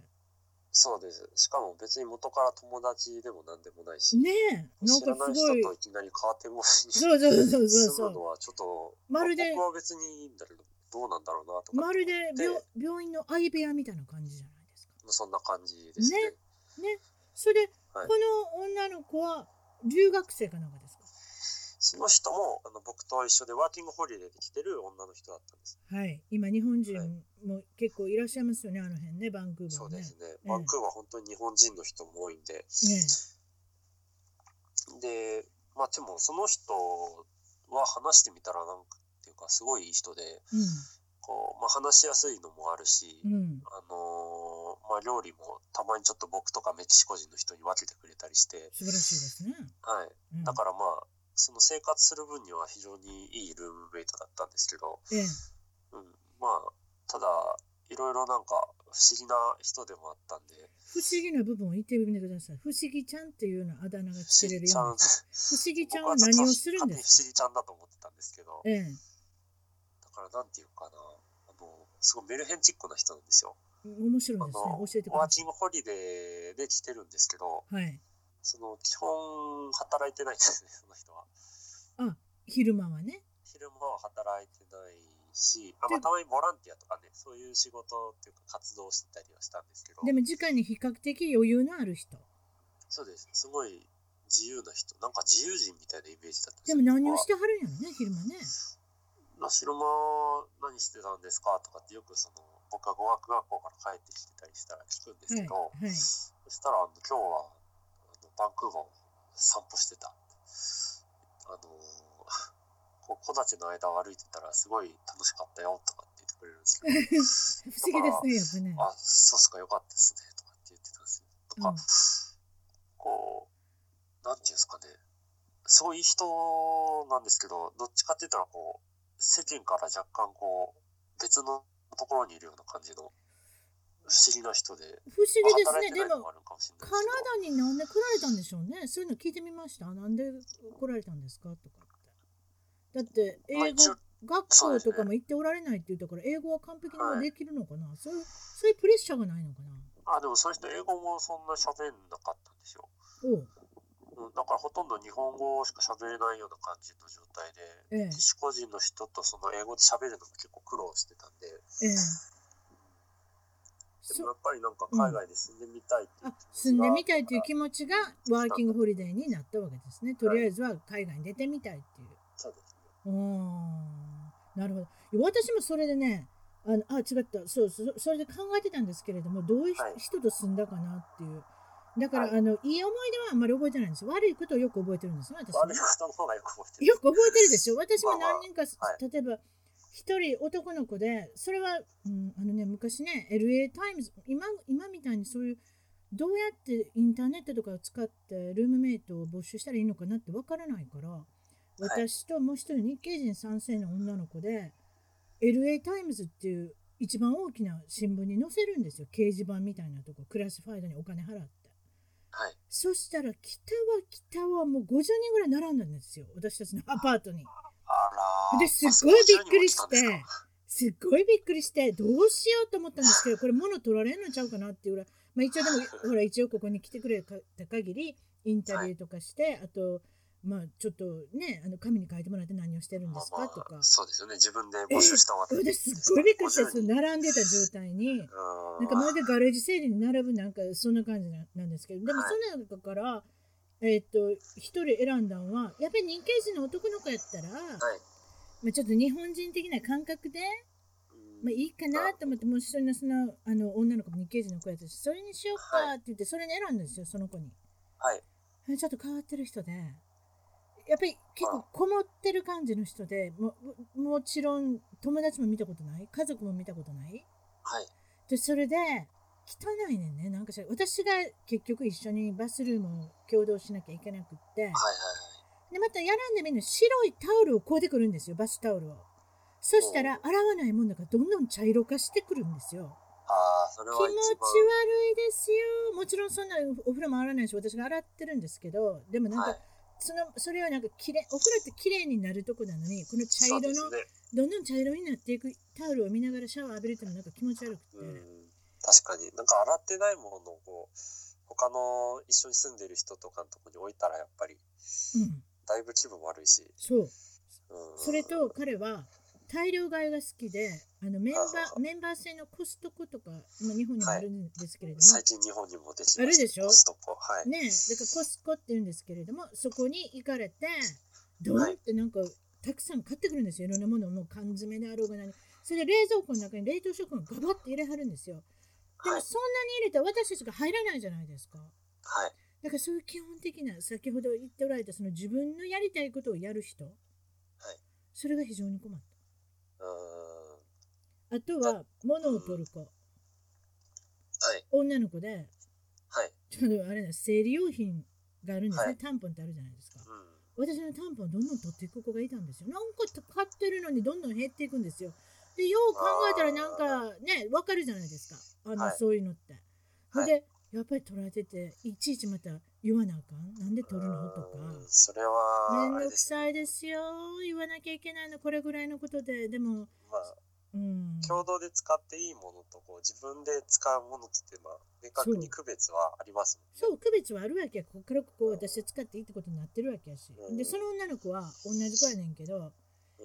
そうです。しかも別に元から友達でもなんでもないし、ねえ、なん知らかなすいごい人。といきなりカーテン越しにそうそうそうそう住そむうの。はちょっと、まるで僕は別にいいんだけど、どうなんだろうなとかって思っまて。るで病病院の相部屋みたいな感じじゃないですか。そんな感じですねねそれで、はいこの女の子は留学生かなんかですかその人もあの僕と一緒でワーキングホリデーで来てる女の人だったんです。はい今日本人はいも結構いらっしゃいますよねあの辺ねバンクーバーねそうですね。えバンクーバー本当に日本人の人も多いんで。ねで、まあでもその人は話してみたらなんかっていうかすごいいい人で、こう、まあ話しやすいのもあるし、うんうんあのーまあ料理もたまにちょっと僕とかメキシコ人の人に分けてくれたりして、素晴らしいですね、はい。うん、だからまあ、その生活する分には非常にいいルームメイトだったんですけど、ええうん、まあただいろいろなんか不思議な人でもあったんで不思議な部分を言ってみてください不思議ちゃんっていうようなあだ名がつけれるような不思議ちゃんは僕何をはすちょるっとんで勝手にすか不思議ちゃんだと思ってたんですけどええだからなんていうかなあのすごいメルヘンチックな人なんですよ面白いですねあの教えてくワだーさキングホリデーで来てるんですけどいはいその基本働いてないんですねその人は昼間はね昼間は働いてないしあ、でまあ、たまにボランティアとかねそういう仕事っていうか活動をしてたりはしたんですけどでも時間に比較的余裕のある人そうですすごい自由な人なんか自由人みたいなイメージだったんですよも何僕をはしてはるんやろね昼間ねな白間何してたんですかとかってよくその僕が語学学校から帰ってきてたりしたら聞くんですけど、はいはいそしたらあの今日はあのバンクーバーを散歩してたあの こう木立の間を歩いてたらすごい楽しかったよとかって言ってくれるんですけど不思議ですね、やっぱね。あそうっすかよかったですねとかって言ってたんですよとか、うんこうなんていうんですかねすごいいい人なんですけどどっちかって言ったらこう世間から若干こう別のところにいるような感じの不思議な人で不思議です働いね。てなでいのももあ、るのかもしれないカですけナダにどなんで来られたんでしょうね。そういうの聞いてみました。なんで来られたんですかとかって。だって、英ま語あ一応学そう校ですとねかも行っておられないって言ったから、英語は完璧にはいできるのかな、そういう、そういうプレッシャーがないのかなあでもその人英語もそんな喋んなかったんですよおううん、だからほとんど日本語しか喋れないような感じの状態で、ええメキシコ人の人とその英語で喋るのが結構苦労してたんで、ええでそもやっぱりなんか海外で住んでみたいっていうあ住んでみたいという気持ちがワーキングホリデーになったわけですね。とりあえずは海外に出てみたいっていう。そうですね。うーんなるほど。私もそれでね、あのあ違った、そうそ、それで考えてたんですけれども、どういう人はい人と住んだかなっていう。だから、はいあのいい思い出はあんまり覚えてないんです。悪いことをよく覚えてるんですね、私ね悪いことの方がよく覚えてる。よく覚えてるでしょ。私もまあまあ何人か、は例えば、一人男の子で、それは、うん、あのね、昔ね、LA タイムズ、今、今みたいにそういう、どうやってインターネットとかを使ってルームメイトを募集したらいいのかなってわからないから、私ともう一人日系人3世の女の子で、LA タイムズっていう一番大きな新聞に載せるんですよ。掲示板みたいなとこ、クラシファイドにお金払って。はい。そしたら北は北はもう50人ぐらい並んだんですよ私たちのアパートに。あらー。ですごいびっくりしあそこにても来たんですかすっごいびっくりしてどうしようと思ったんですけどこれ物取られんのちゃうかなっていうぐらい、まあ、一応でもほら一応ここに来てくれた限りインタビューとかして、あとまあちょっとねあの紙に書いてもらって何をしてるんですまあかまあとか。そうですよね。自分で募集したわそけれでですっごいびっくりして50そ人の並んでた状態に。う。なんんかまるでガレージ整理に並ぶなんかそんな感じななんですけどでもはいその中から、えーっと一人選んだのはやっぱり日系人の男の子やったら、はい。まあ、ちょっと日本人的な感覚で、うんまあ、いいかなと思ってもう一人のそのあの女の子も日系人の子やったしそれにしようかって言ってそれに選んだんですよその子に。はい。えちょっと変わってる人でやっぱり結構こもってる感じの人でももちろん友達も見たことない家族も見たことない。はい。でそれで汚いねんねなんかしら私が結局一緒にバスルームを共同しなきゃいけなくってはいでまたやらんでみんな白いタオルを買うてくるんですよバスタオルをそしたら洗わないもんだからどんどん茶色化してくるんですよああ、それ気は持ち悪い一番。ですよもちろんそんなお風呂も洗わないし私が洗ってるんですけどでもなんはいか。そのそれはなんかきれいお風呂って綺麗になるとこなのにこの茶そう色ですのね。どんどん茶色になっていくタオルを見ながらシャワー浴びるってのもなんか気持ち悪くて。うん。確かに。なんか洗ってないものをこう、他の一緒に住んでる人とかのとこに置いたらやっぱり、うんだいぶ気分悪いし。そううんそれと彼は大量買いが好きであのメンバーあメンバー制のコストコとか、まあ、日本にもあるんですけれども、最近日本にもできましたあるでしょコストコはい、ねえだからコスコって言うんですけれどもそこに行かれてドンってなんかたくさん買ってくるんですよいろんなものをもう缶詰であろうが何それで冷蔵庫の中に冷凍食品をガバッて入れはるんですよではもいそんなに入れたら私たちが入らないじゃないですかはいだからそういう基本的な先ほど言っておられたその自分のやりたいことをやる人、それが非常に困ったうーんあとは物を取る子、はい女の子ではいちょっとあれだ生理用品があるんですね、はいタンポンってあるじゃないですかうん私のタンポンをどんどん取っていく子がいたんですよなんか買ってるのにどんどん減っていくんですよでよう考えたらなんかねわかるじゃないですかあの、はいそういうのって、はいでやっぱり取られてていちいちまた言わなあかんなんで取るのとかうーんそれは面あれ倒でくすねさいですよ言わなきゃいけないのこれぐらいのことででもまあうん共同で使っていいものとこう自分で使うものっていうのは明確に区別はありますもそんねう区別はあるわけやここからここを私は使っていいってことになってるわけやし、うんでその女の子は同じ子やねんけど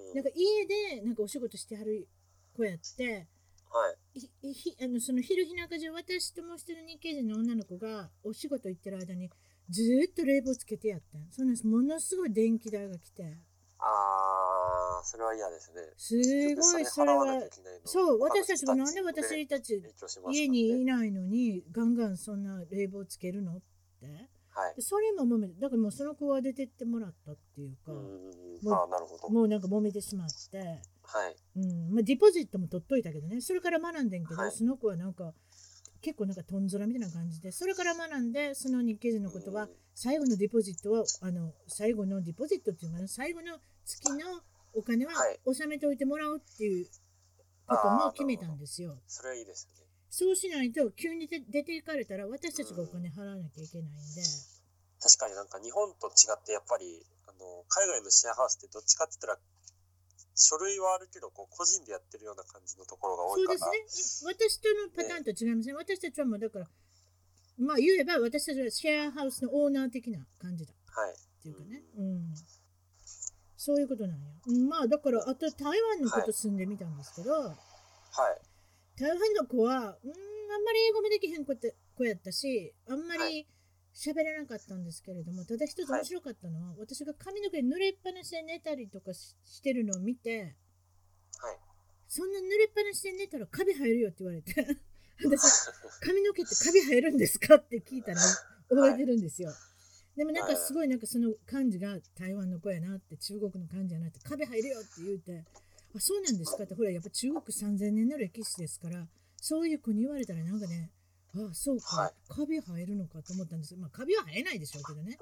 うんなんか家でなんかお仕事してはる子やってはいひひあのその昼日中中私ともう一人の日系人の女の子がお仕事行ってる間にずーっと冷房つけてやったんそんなんですものすごい電気代が来てあーそれは嫌ですねすごい結局そそれれ払わなきゃはいけないのそう他の私人たちもなんでに私たち影響しますもんね家にいないのにガンガンそんな冷房つけるのってはいでそれも揉めてだからもうその子は出てってもらったっていうか、うんもうああなるほどもうなんか揉めてしまって、はいうんまあ、ディポジットも取っといたけどねそれから学んでんけど、はいその子はなんか結構なんかとんずらみたいな感じでそれから学んでその日系人のことはうん最後のディポジットはあの最後のディポジットっていうのかな最後の月のお金ははい納めておいてもらうっていうことも決めたんですよ。それはいいですねそうしないと急に出出て行かれたら私たちがお金払わなきゃいけないんで。確かになんか日本と違ってやっぱりあの海外のシェアハウスってどっちかって言ったら書類はあるけどこう個人でやってるような感じのところが多そいうかでらすね。私とのパターンと違いますね。私たちはもうだから、まあ言えば私たちはシェアハウスのオーナー的な感じだ。はい。っていうかね、うん、そういうことなんやうんまあだからあと台湾の子と住んでみたんですけど、はい。台湾の子はうんあんまり英語もできへん子って子やったしあんまはり喋らなかったんですけれどもただ一つ面白かったのは、私が髪の毛濡れっぱなしで寝たりとかししてるのを見てはい。 そんな濡れっぱなしで寝たらカビ生えるよって言われて私髪の毛ってカビ生えるんですかって聞い たら覚えてるんですよ、でもなんかすごいなんかその感じが台湾の子やなって中国の感じやなってカビ生えるよって言うてあそうなんですかってほらやっぱ中国3000年の歴史ですからそういう子に言われたらなんかねあそうか、はいカビ生えるのかと思ったんですまあカビは生えないでしょうけどね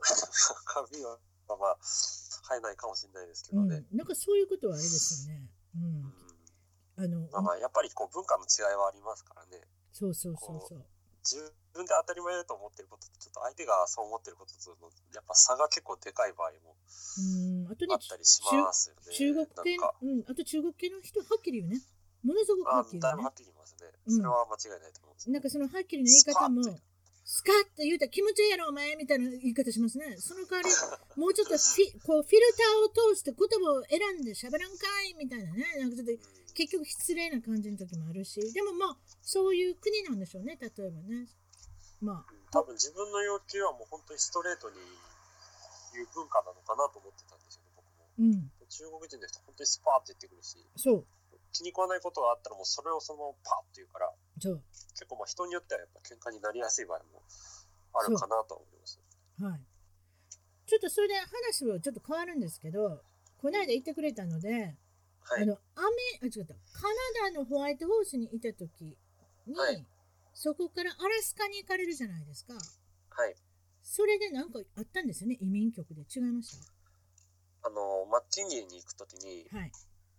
髪は、まあまあ、生えないかもしれないですけうどんね。なんかそういうことはあれですよねうんうんあのまあまあ、やっぱりこう文化の違いはありますからね。そうそうそうそう自分で当たり前だと思ってることと、ちょっと相手がそう思ってることとの、やっぱ差が結構でかい場合もうんあとねあったりしますよね。中国系なのんか、うん、あと中国系の人はっきり言うね。ものすごくはあっきりだ言ねいうぶは。っきり言いますね。うんそれは間違いないと思うんですけどなんかそのはっきりの言い方もスパッスカと、ッと言うたら気持ちいいやろお前みたいな言い方しますね。その代わり、もうちょっとフ ィこうフィルターを通して言葉を選んで喋らんかいみたいなね。なんかちょっとうん結局失礼な感じの時もあるし、でもまあそういう国なんでしょうね、例えばね。まあ、多分自分の要求はもう本当にストレートに言う文化なのかなと思ってたんですよね、僕も。うん、中国人の人、本当にスパーって言ってくるし、そう、気に食わないことがあったらもうそれをそのままパッと言うから、そう。結構まあ人によってはやっぱ喧嘩になりやすい場合もあるかなとは思います。はい。ちょっとそれで話はちょっと変わるんですけど、この間言ってくれたので、はいあ。のアメあ違ったカナダのホワイトホースにいた時に、はいそこからアラスカに行かれるじゃないですかはい。それでなんかあったんですよね移民局で違いましあの、マッキンリーに行くときに、たはい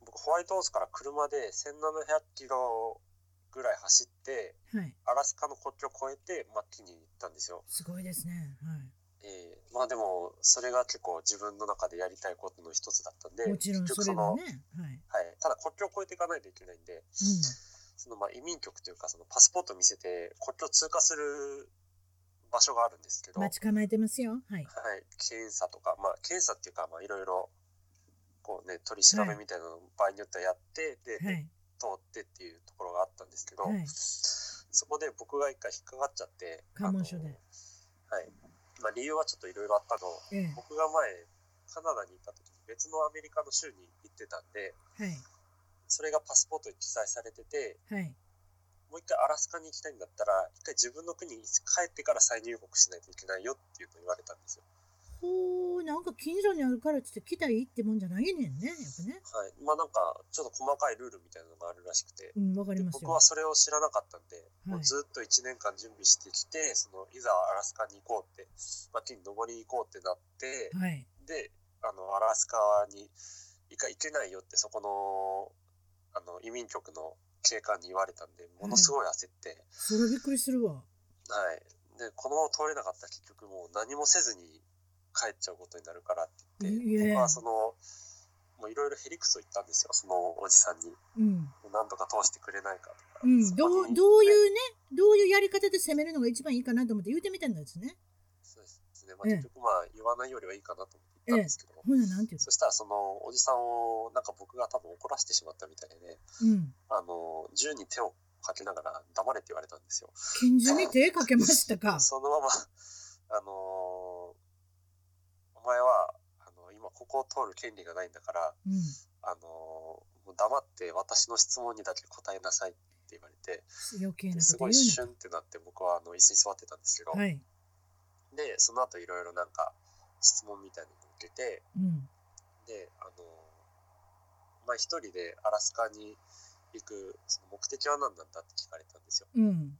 僕ホワイトホースから車で1700キロぐらい走って、はいアラスカの国境を越えてマッキンリーに行ったんですよ。すごいですねえーまあでも、それが結構自分の中でやりたいことの一つだったんで、はいもちろん結そ局れそはの、ねはいはい。ただ国境を越えていかないといけないんで、そのまあ移民局というか、そのパスポート見せて国境を通過する場所があるんですけうど、んはい待ち。構えてますよはい検査とか、まあ検査っていうか、まあいろいろ、こうね、取り調べみたいなのを場合によってはやって、で、はい通ってっていうところがあったんですけど、はいそこで僕が一回引っかかっちゃって、関門書であのはい。まあ理由はちょっといろいろあったのを、ええ僕が前、カナダに行った時に別のアメリカの州に行ってたんで、はそれがパスポートに記載されてて、いはいもう一回アラスカに行きたいんだったら、一回自分の国に帰ってから再入国しないといけないよっていうのを言われたんですよ。ほうなんか近所にあるからって来たらいいってもんじゃないねんねやっぱねはい。まあなんか、ちょっと細かいルールみたいなのがあるらしくて、うんわかりでます僕よはそれを知らなかったんで、もはういずっと1年間準備してきて、そのいざアラスカに行こうって、まあ、木に登りに行こうってなって、はいで、あの、アラスカに一回行けないよって、そこの、あの、移民局の警官に言われたんで、ものすごい焦って、それびっくりするわはい。で、このまま通れなかったら結局もう何もせずに帰っちゃうことになるからってい言っえて、僕はその、もういろいろヘリクスを言ったんですよ、そのおじさんに。うん何とか通してくれないかとか。うん、そどこうにどういねうね、どういうやり方で攻めるのが一番いいかなと思って言うてみたんですね。そうですね。まあ、結局まあ言わないよりはいいかなと思って言ったんですけど、ほな、なんていうそしたらそのおじさんをなんか僕が多分怒らせてしまったみたいで、のうん。あの、銃に手をかけながら黙れって言われたんですよ。拳銃に手かけましたか。そのま ま、あのーお前は、あの、今ここを通る権利がないんだから、うん。あのーもう黙って私の質問にだけ答えなさいって言われて、余計なですことごい言シュンってなって僕はあの椅子に座ってたんですけど、うな。はい。で、その後いろいろなんか質問みたいなのを受けて、うん。で、あのーまあ、一人でアラスカに行くその目的は何なんだって聞かれたんですよ。うん。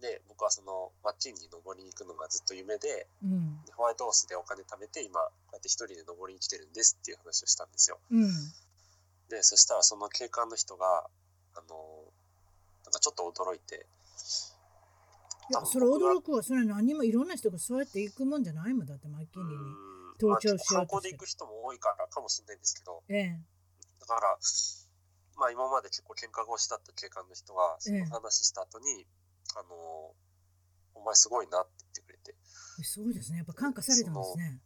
で、僕はその、マッキンに登りに行くのがずっと夢で、うん。でホワイトホースでお金貯めて今こうやって一人で登りに来てるんですっていう話をしたんですようん。でそしたらその警官の人があのなんかちょっと驚いていや、それ驚くわ。それは何もいろんな人がそうやって行くもんじゃないもんだって、マッキンリーに。うん登頂しよまあうとしてる観光で行く人も多いからかもしれないんですけどええ。だからまあ今まで結構喧嘩腰だった警官の人がそええの話した後に、あのお前すごいなって言ってくれてそうですね。やっぱ感化されたんですね。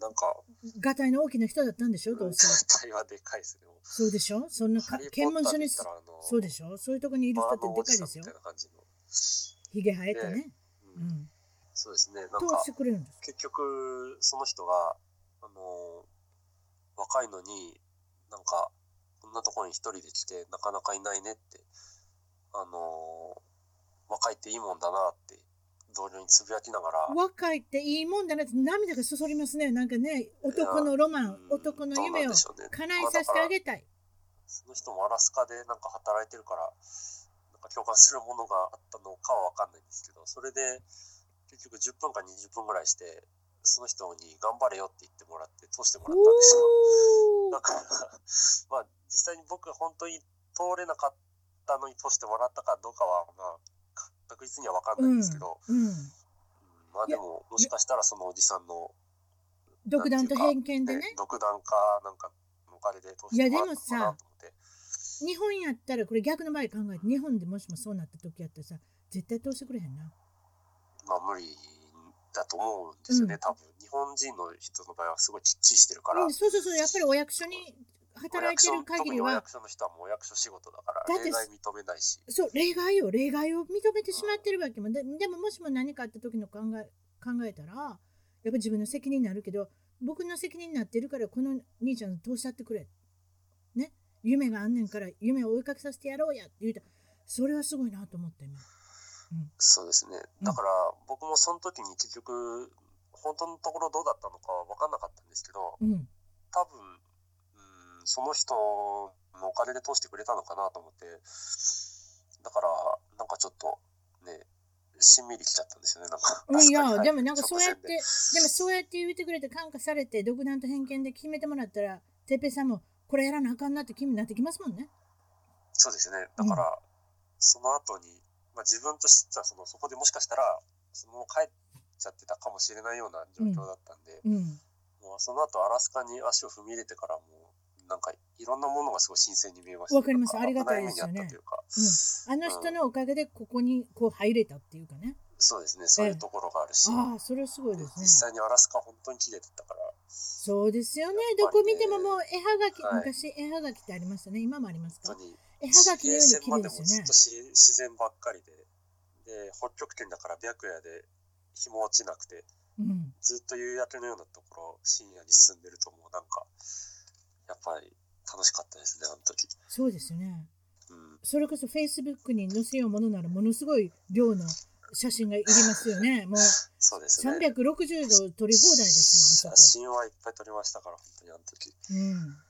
なんか、がたいの大きな人だったんでしょどうせ。絶 対はでかいですね。そうでしょそんなかハリーポ検ッ問ター所で言にったそらあのうでしょそういうとこにいる人ってでかいですよバー。ナーおじさんみたいな感じの。ひげ生えてね。ううんん。そうですね。なんどうかして、くれるんです結局、その人が、あの、若いのに、なんか、こんなところに一人で来て、なかなかいないねって、あの、若いっていいもんだなって、同僚につぶやきながら、か若いっていいもんだなって涙がそそりますね。なんかね、男のロマンう、ん男の夢をどうなんでしょうね叶えさせてあげたい。その人もアラスカでなんか働いてるから、なんか共感するものがあったのかはわかんないんですけど、それで結局10分か20分ぐらいして、その人に頑張れよって言ってもらって、通してもらったんですよ。おだーから、 まあ実際に僕が本当に通れなかったのに通してもらったかどうかは、まあ確実にはわかんないんですけど、うん。うんまあでも、もしかしたらそのおじさんの、独断と偏見でねね。独断かなんかのお金で通していやもらでっもたのかなさと思って。日本やったらこれ逆の場合考えて日本でもしもそうなった時やったらさ絶対通してくれへんなまあ無理だと思うんですよね、うん多分日本人の人の場合はすごいきっちりしてるから、うんそうそうそうやっぱりお役所に働いてる限りおは役所特にお役所の人はもうお役所仕事だからだって例外認めないしそう例外よ例外を認めてしまってるわけもででももしも何かあった時の考え考えたらやっぱ自分の責任になるけど僕の責任になってるからこの兄ちゃん通しちゃってくれね夢があんねんから夢を追いかけさせてやろうやって言うたそれはすごいなと思って今そうですねうんだから僕もその時に結局本当のところどうだったのかは分かんなかったんですけどうん多分うんその人のお金で通してくれたのかなと思ってだからなんかちょっとねしんみりきちゃったんですよねなんかうんい確や、にでもなんかそうやって、で直もそうやって言ってくれて感化されて、独断と偏見で決めてもらったら、てっぺいさんもこれやらなあかんなって気になってきますもんね。そうですね。だから、その後に、まあ、自分としてはその、そこでもしかしたら、そのまま帰っちゃってたかもしれないような状況だったんで、うん。もうその後アラスカに足を踏み入れてからもう、なんかいろんなものがすごい新鮮に見えました。わかりますなんありがたいですよね危な目にあったというか、あの人のおかげでここにこう入れたっていうかね。そうですね、そういうところがあるし、ああ、それはすごいでですね実。際にアラスカ本当に綺麗だったから、そうですよねやっぱり。ねどこ見てももう絵はがき、はい昔絵はがきってありましたね。今もありますか本当に、絵はがきのように綺ま麗ででもすよずねっと。し自然ばっかりで、で、北極圏だから白夜で日も落ちなくて、うん。ずっと夕焼けのようなところ深夜に進んでるともうなんかやっぱり楽しかったですねあの時、そうですよね。うん、それこそ Facebook に載せようものならものすごい量の写真がいりますよね。もう そうですね360度撮り放題ですもん、あ写そこ。真はいっぱい撮りましたから本当にあの時、うん。うん、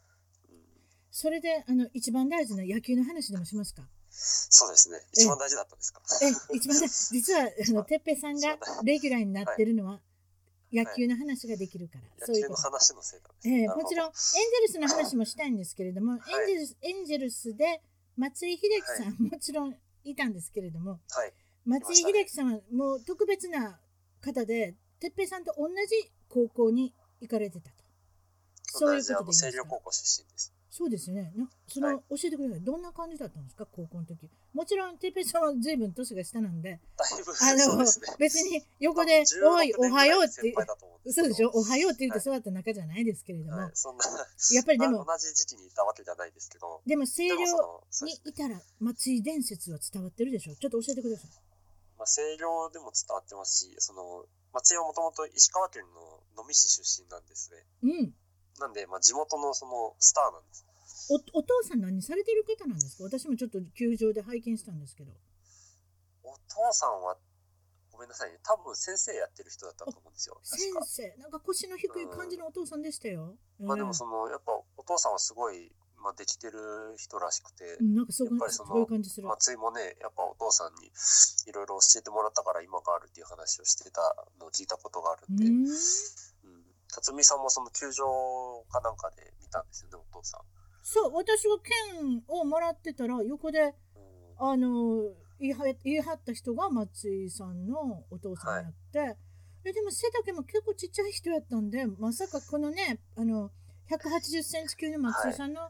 それで、あの、一番大事な野球の話でもしますか。そうですね一番大事だったんですかえ、一番大事、実は、あの、てっぺさん がレギュラーになってるのは、野球の話ができるから、そう野い球うのこと。話のせいなんですねええなるほもどちろん、エンゼルスの話もしたいんですけれども、エンゼルス、エンゼルスで、松井秀喜さん、もちろんいたんですけれども、はい松井秀喜さんはもう特別な方で、てっぺさんと同じ高校に行かれてたと。そうい同うじこあとのでいいです星稜か高校出身ですそうですよね。なその、はい教えてください。どんな感じだったんですか、高校の時。もちろん、てっぺいさんは随分年が下なんで、だいぶあそうの、ですね別に横で、多分おい、 16おはようって年ぐらい先輩だと思んそうでしけどょ、おはようって言って育った仲じゃないですけれども、はい、そんなやっぱりでまも、あ同じ時期にいたわけじゃないですけどでも、星で稜もそのそうにですねいたら、松井伝説は伝わってるでしょ。ちょっと教えてください。まあ、星稜でも伝わってますし、その松井はもともと石川県の能美市出身なんですね。うん。なんで、まあ、地元のそのスターなんです。おお父さん何されてる方なんですか私もちょっと球場で拝見したんですけど。お父さんは、ごめんなさいね、多分先生やってる人だったと思うんですよ。 先確か。生、なんか腰の低い感じのお父さんでしたよ。まあでうんもその、やっぱお父さんはすごい、まあ、できてる人らしくてう、んなんかそうやっぱりそそのういう感じする。松井もね、やっぱお父さんにいろいろ教えてもらったから今があるっていう話をしてたのを聞いたことがあるうんで、うんん辰巳さんもその球場かなんかで見たんですよね、お父さん。そう私が券をもらってたら横でうんあの言いは言い張った人が松井さんのお父さんやって、えでも背丈も結構ちっちゃい人やったんでまさかこのねあの180センチ級の松井さんの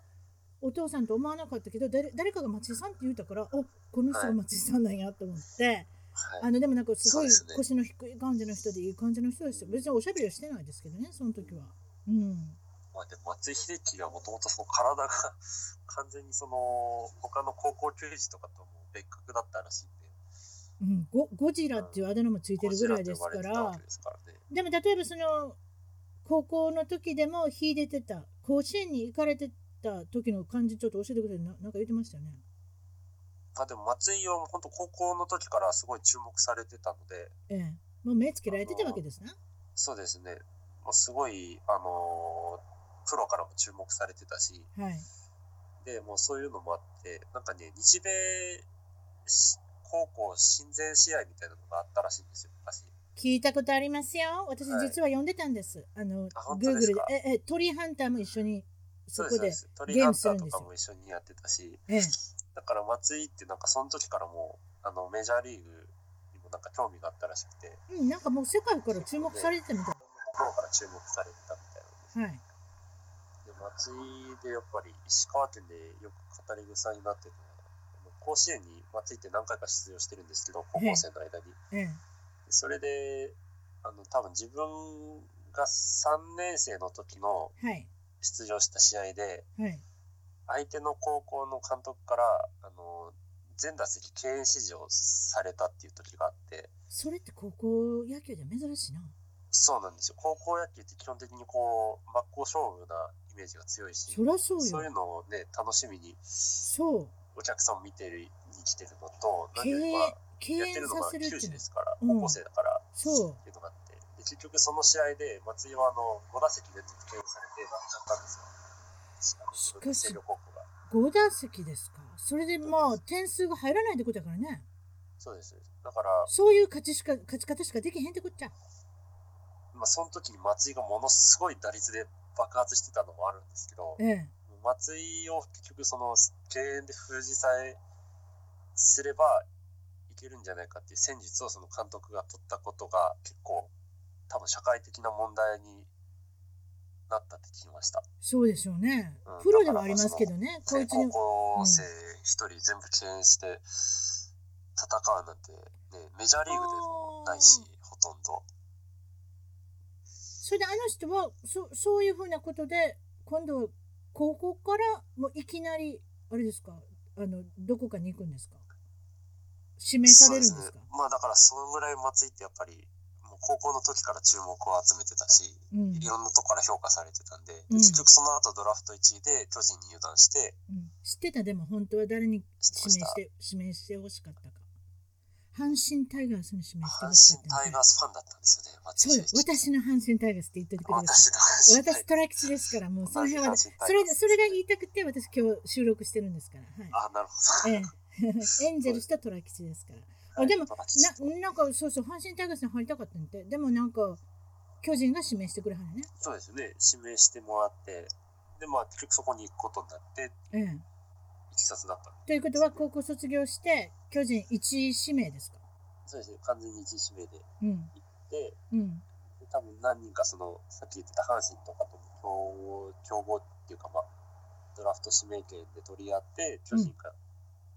お父さんと思わなかったけど、誰誰かが松井さんって言うたからおこの人が松井さんなんやと思って、はいあのでもなんかすごいそうですね腰の低い感じの人でいい感じの人ですよ。別におしゃべりはしてないですけどね、その時は。うん。まあ、でも松井秀喜はもともとその体が 完全にその他の高校球児とかとも別格だったらしいんで、うん、ゴゴジラっていうあだ名もついてるぐらいですかゴジラと呼ばられてたわけ。ですからね。でも例えばその高校の時でも秀でてた甲子園に行かれてた時の感じちょっと教えてくれてななんか言ってましたよね。まあ、でも松井は本当高校の時からすごい注目されてたので、ええ、もう目つけられてたわけですね。そうですね、もうすごい、あのープロからも注目されてたし、はい。でもうそういうのもあって、なんかね、日米し高校親善試合みたいなのがあったらしいんですよ、昔。聞いたことありますよ。私はい実は読んでたんです。あのあ本 Google 当ですかでええ鳥ハンターも一緒にそそこうです、そうでです。トリゲーハムンすタるーんとですかよも一緒にやってたし、ええだから松井ってなんかその時からもう、あのメジャーリーグにもなんか興味があったらしくて、うん、なんかもう世界から注目されてたみたい。プロから注目されてたみたいなんです。はい。で松井でやっぱり石川県でよく語り草になってるのは甲子園に松井って何回か出場してるんですけど高校生の間にええ、それであの多分自分が3年生の時のはい。出場した試合ではい。相手の高校の監督からあの全打席敬遠指示をされたっていう時があってそれって高校野球では珍しいな。そうなんですよ高校野球って基本的にこう真っ向勝負なイメージが強いしそりゃそうよ。そういうのをね楽しみにそう。お客さんを見てるに来てるのと、敬何遠よりは敬やって遠るさのがせるって球いう児ので。すから、うん高校生だからってそう。いうのがあって、で結局その試合で松井はあの5打席連続敬遠されて負けちゃったんですよ。あの自分の星稜高校が。 5打席ですかそれでまあ点数が入らないってことだからねそうです。だから、そういう勝ちしか勝ち方しかできへんってこっちゃまあ、その時に松井がものすごい打率で爆発してたのもあるんですけど、ええ松井を結局その敬遠で封じさえすればいけるんじゃないかっていう戦術をその監督が取ったことが結構多分社会的な問題になったって聞きましたそうでしょうねうんプロではありますけどねこいつに高校生一人全部敬遠して戦うなんて、ね、メジャーリーグでもないしあーほとんどそれであの人はそそういうふうなことで今度は高校からもういきなりあれですかあのどこかに行くんですか指名されるんですかねまあだからそのぐらい松井ってやっぱりもう高校の時から注目を集めてたしううんいろんなとこから評価されてたんで、うんで結局その後ドラフト1位で巨人に油断して、うん知ってたでも本当は誰に知っ指名てましして指名してほしかったか阪神タイガースに指名して阪ほしかっ神たみタたいイなガースファンだったんですよね、松そうよ井秀喜。私の阪神タイガースって言っててくださ私のい。阪神タイガ私、ートラ吉ですから、もうその辺は、同じそ阪神タイガースれそれが言いたくて、私、今日収録してるんですから、はあ、なるほど。い。ええエンゼルスとトラ吉ですから。あはいでもドラフト1位ななんか、そうそう、阪神タイガースに入りたかったんで、でもなんか、巨人が指名してくれはるね。そうですね、指名してもらって、で、まあ、結局そこに行くことになって、いええきさつだったんでということは、高校卒業して、巨人1位指名ですか。そうですね、完全に一位指名でう行ん、って、うん、で多分何人か、その、さっき言ってた阪神とかとも競合、競合っていうか、まあ、ドラフト指名権で取り合って、巨人から、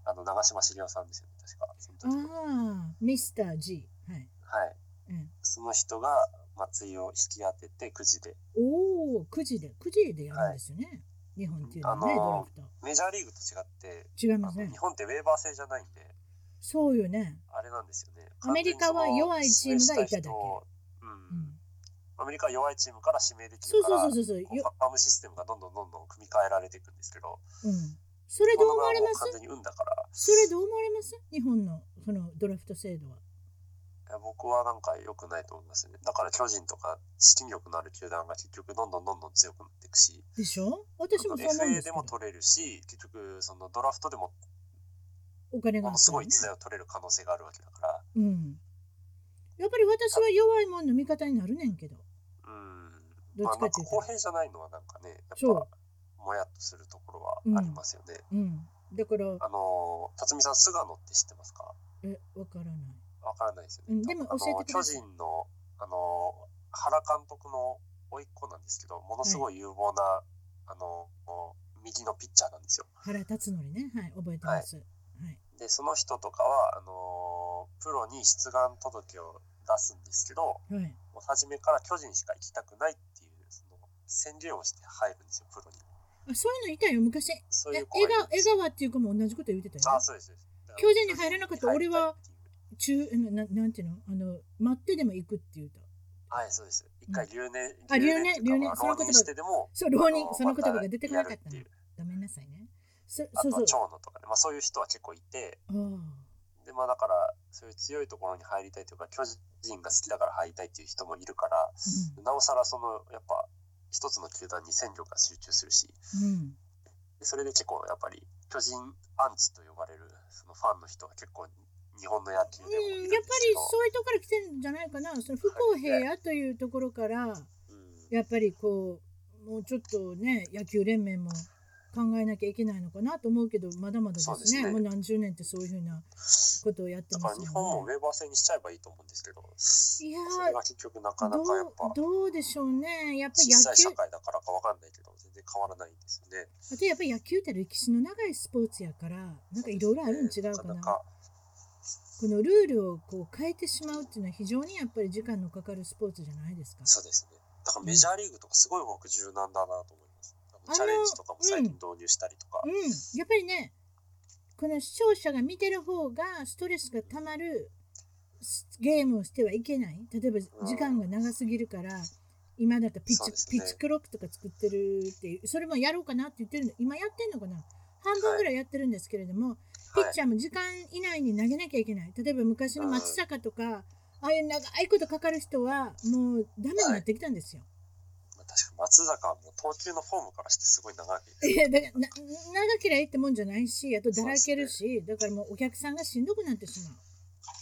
あの、長嶋茂雄さんですよね、確か。その時のああ、ミスター G。はい。はい。うん、その人が松井を引き当ててくじでおお、9時で、9時でやるんですよね。日本っていうのはね、ドあのーラフト。メジャーリーグと違って違いまあすのね日。本ってウェーバー制じゃないんでそうよね。あれなんですよねアメリカは弱いチームがいただけ完全にその指名し人をううんん、アメリカは弱いチームから指名できそうるからそうそうそうそう。こうよファームシステムがどんどんどんどん組み替えられていくんですけどうん。それどう思われまこの場合はす？もう完全に運だからそれどう思われます？日本のそのドラフト制度は。いや僕はなんか良くないと思いますねだから巨人とか資金力のある球団が結局どんどんどんどん強くなっていくしでしょ？私もそう思うんです FA けでども。取れるし結局そのドラフトでもお金があっものたすらごねい。時代を取れる可能性があるわけだから。うん。やっぱり私は弱いもんの味方になるねんけど。うんどっまあちかなっんてかいう公と。平じゃないのはなんかね、やそっうぱもやっとするところはありますよね。うん。だからあのー、辰巳さん、菅野って知ってますかえわからない。わからないですようね。んでも教えてくださいあの巨人の、あのー原監督の甥っ子なんですけど、ものすごい有望な、あのー右のピッチャーなんですよ。原辰徳ね。はい覚えてます。はいでその人とかはあのープロに出願届を出すんですけどはいもう初めから巨人しか行きたくないっていうその宣言をして入るんですよプロにあそういうのいたよ昔えそうい江う子がいる川んで江すよ川っていう子も同じこと言ってたよあそうですそうですだから巨人に入らなかった巨人に入りいっていう中なななんていうのあの待ってでも行くって言ったはいそうです一回留年あ留年留留年年っていうかまあ浪人してでもそう浪人あのその言葉まがた出てこなかったやるのていうごめんなさいねそあそとうはそう長野とかねまあそういう人は結構いてああでまあだからそういう強いところに入りたいというか巨人が好きだから入りたいっていう人もいるからなおさらそのやっぱ一つの球団に戦力が集中するしうん、うんでそれで結構やっぱり巨人アンチと呼ばれるそのファンの人が結構日本の野球うでもいるん、んやっでぱすけりど、そういうところから来てるんじゃないかなその不公平やというところからうんやっぱりこうもうちょっとね野球連盟も考えなきゃいけないのかなと思うけどまだまだですねそうですねもう何十年ってそういうふうなことをやってだかまらす日本もよウね。ェーバー制にしちゃえばいいと思うんですけどいやーそれが結局なかなどかやっぱうどうでしょうねやっぱり小さ野い社球会だからかわかんないけど全然変わらないんですよね。あとやっぱり野球って歴史の長いスポーツやからなんかいろいろあるん違うかななかこのルールをこう変えてしまうっていうのは非常にやっぱり時間のかかるスポーツじゃないですか。そうですね。だからメジャーリーグとかすごい僕柔軟だなと思います。ああののチャレンジとかも最近導入したりとか。うん、やっぱりねこの視聴者が見てる方がストレスがたまるスゲームをしてはいけない例えばん時間が長すぎるから今だったらピッそうチ,、ですピねッチクロックとか作ってるっていうそれもやろうかなって言ってるの今やってんのかな半分ぐらいやってるんですけれども、ピはッいチャーも時間以内に投げなきゃいけない例えば昔の松坂とかああいう長いことかかる人はもうダメになってきたんですよ。まあ確かに松坂はもう投球のフォームからしてすごい長いです。いやだからな長けりゃいいってもんじゃないしあとだらけるし、だからもうお客さんがしんどくなってし ま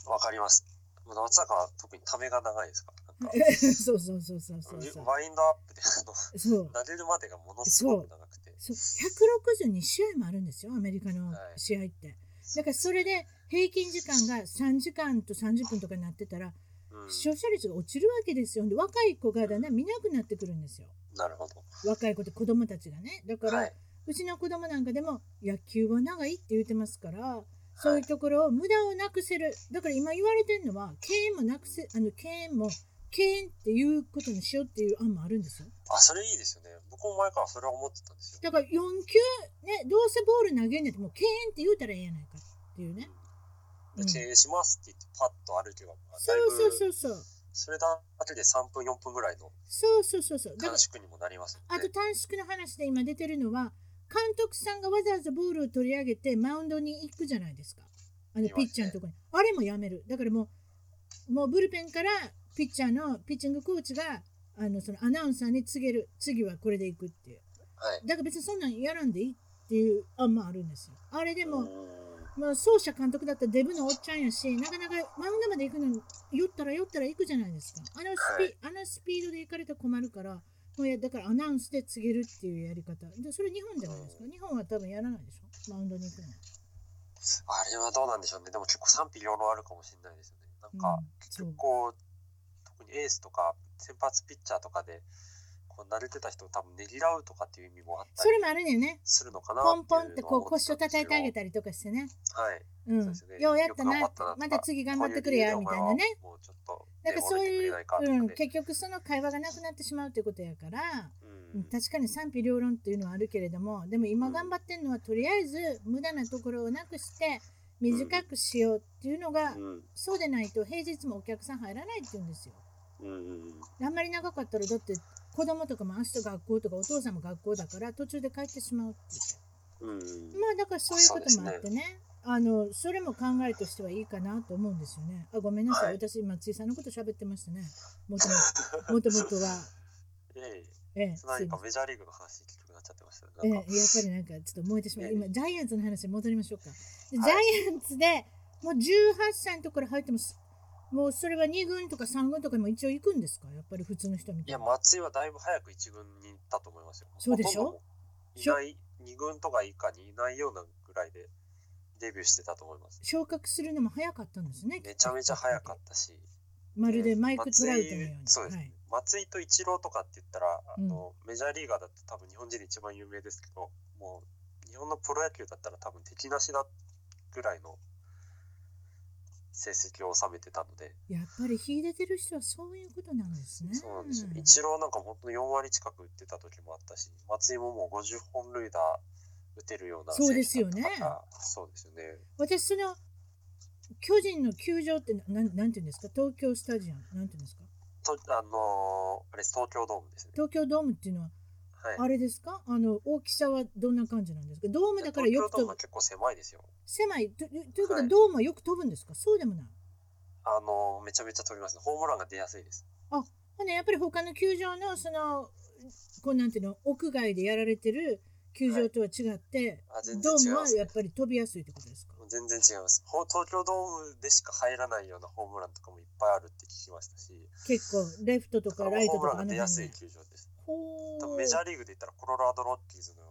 うわかります。まあ松坂は特にためが長いですから。なんかそうそうそうそう そうそうワインドアップであの そう慣れるまでがものすごく長くて。そう162試合もあるんですよアメリカのはい試合って、だからそれで平均時間が3時間と30分とかになってたらうん、視聴者率が落ちるわけですよで若い子がだんだん見なくなってくるんですよなるほど。若い子って子供たちがねだから、はいうちの子供なんかでも野球は長いって言ってますからそういうところを無駄をなくせるだから今言われてるのは敬遠もなくせあの敬遠も敬遠っていうことにしようっていう案もあるんですよあ、それいいですよね。僕も前からそれは思ってたんですよ。だから4球ねどうせボール投げんねってもう敬遠って言うたらええやないかっていうね、うでん、経そう営しますって言ってパッと歩けば、まあだいそうぶそうそうそれだけで3分4分ぐらいのそうそうそうそうだか短ら縮にもなりますあもんとね。短縮の話で今出てるのは監督さんがわざわざボールを取り上げてマウンドに行くじゃないですかあの行きピまッすチャねーのところに、あれもやめるだからもうもうブルペンからピッチャーのピッチングコーチがあのそのアナウンサーに告げる次はこれで行くっていうはい。だから別にそんなんやらんでいいっていう案もあるんですよあれでも、うんまあ、奏者監督だったらデブのおっちゃんやしなかなかマウンドまで行くのに酔ったら酔ったら行くじゃないですかあのスピ,、はいあのスピードで行かれたら困るからもうやだからアナウンスで告げるっていうやり方でそれ日本じゃないですか日本は多分やらないでしょマウンドに行くのあれはどうなんでしょうね。でも結構賛否両論あるかもしれないですよね。なんは、うかん、そうこう、特にエースとか先発ピッチャーとかで、こう慣れてた人を多分ねぎらうとかっていう意味もあったそりれもあるねんねするのかなポンポンってこう腰を叩いてあげてたりとかしてね、はい。うんそうですねようやったなよく頑張ったなとかまた次頑張ってくれやみたいなねこういう理由でお前はもうちょっと、ね、なんかそういう、折れてくれう、なんいかとかで結局その会話がなくなってしまうということやから、うん確かに賛否両論っていうのはあるけれどもでも今頑張ってるのはとりあえず無駄なところをなくして短くしようっていうのが、うんそうでないと平日もお客さん入らないって言うんですよ。うんうんあんまり長かったらだって子供とかも明日学校とかお父さんも学校だから途中で帰ってしまうって言ってうんうんまあだからそういうこともあってねあのそれも考えとしてはいいかなと思うんですよね。あごめんなさい、はい私松井さんのこと喋ってましたね。もともともともとは。えええ え、すい何まかせんメジャーリーグの話聞きたくなっちゃってましたね。ええなやんっか、ぱりなんかちょっと燃えてしまうええ今ジャイアンツの話に戻りましょうかでジはいャイアンツでもう18歳のところ入ってもすもうそれは2軍とか3軍とかにも一応行くんですかやっぱり普通の人みいたいや、な松井はだいぶ早く一軍に行ったと思いますよ。そうでしょほとんどもういない、二軍とか以下にいないようなぐらいでデビューしてたと思います。昇格するのも早かったんですねめちゃめちゃ早かったし。まるでマイク・トラウトのように松井そうです、はねい、松井とイチローとかって言ったら、あの、メジャーリーガーだって多分日本人で一番有名ですけど、もう日本のプロ野球だったら多分敵なしだぐらいの成績を収めてたので、やっぱり秀でてる人はそういうことなんですね。そうなんですよ。イチローなんか本当に4割近く打ってた時もあったし、松井ももう50本塁打打てるようなそうですよね選手だったからそうですよね。私その巨人の球場ってななんなんていうんですか東京スタジアムなんていうんですかとあのーあれ東京ドームですね。東京ドームっていうのははい。あれですかあの大きさはどんな感じなんですかドームだからよ東京くドーム飛はぶ結構狭いですよ。狭いとということははいドームはよく飛ぶんですかそうでもないあのーめちゃめちゃ飛びますね。ホームランが出やすいです。ほんでやっぱり他の球場のそのこうなんていうの屋外でやられてる球場とは違って、あ全然ドー違いムまはすやっね。ぱり飛びやすいってことですか全然違います。ほ東京ドームでしか入らないようなホームランとかもいっぱいあるって聞きましたし、結構レフトとかライトホとーかムランがの辺出やすいに球場です。ほ多ー分メジャーリーグで言ったらコロラドロッキーズの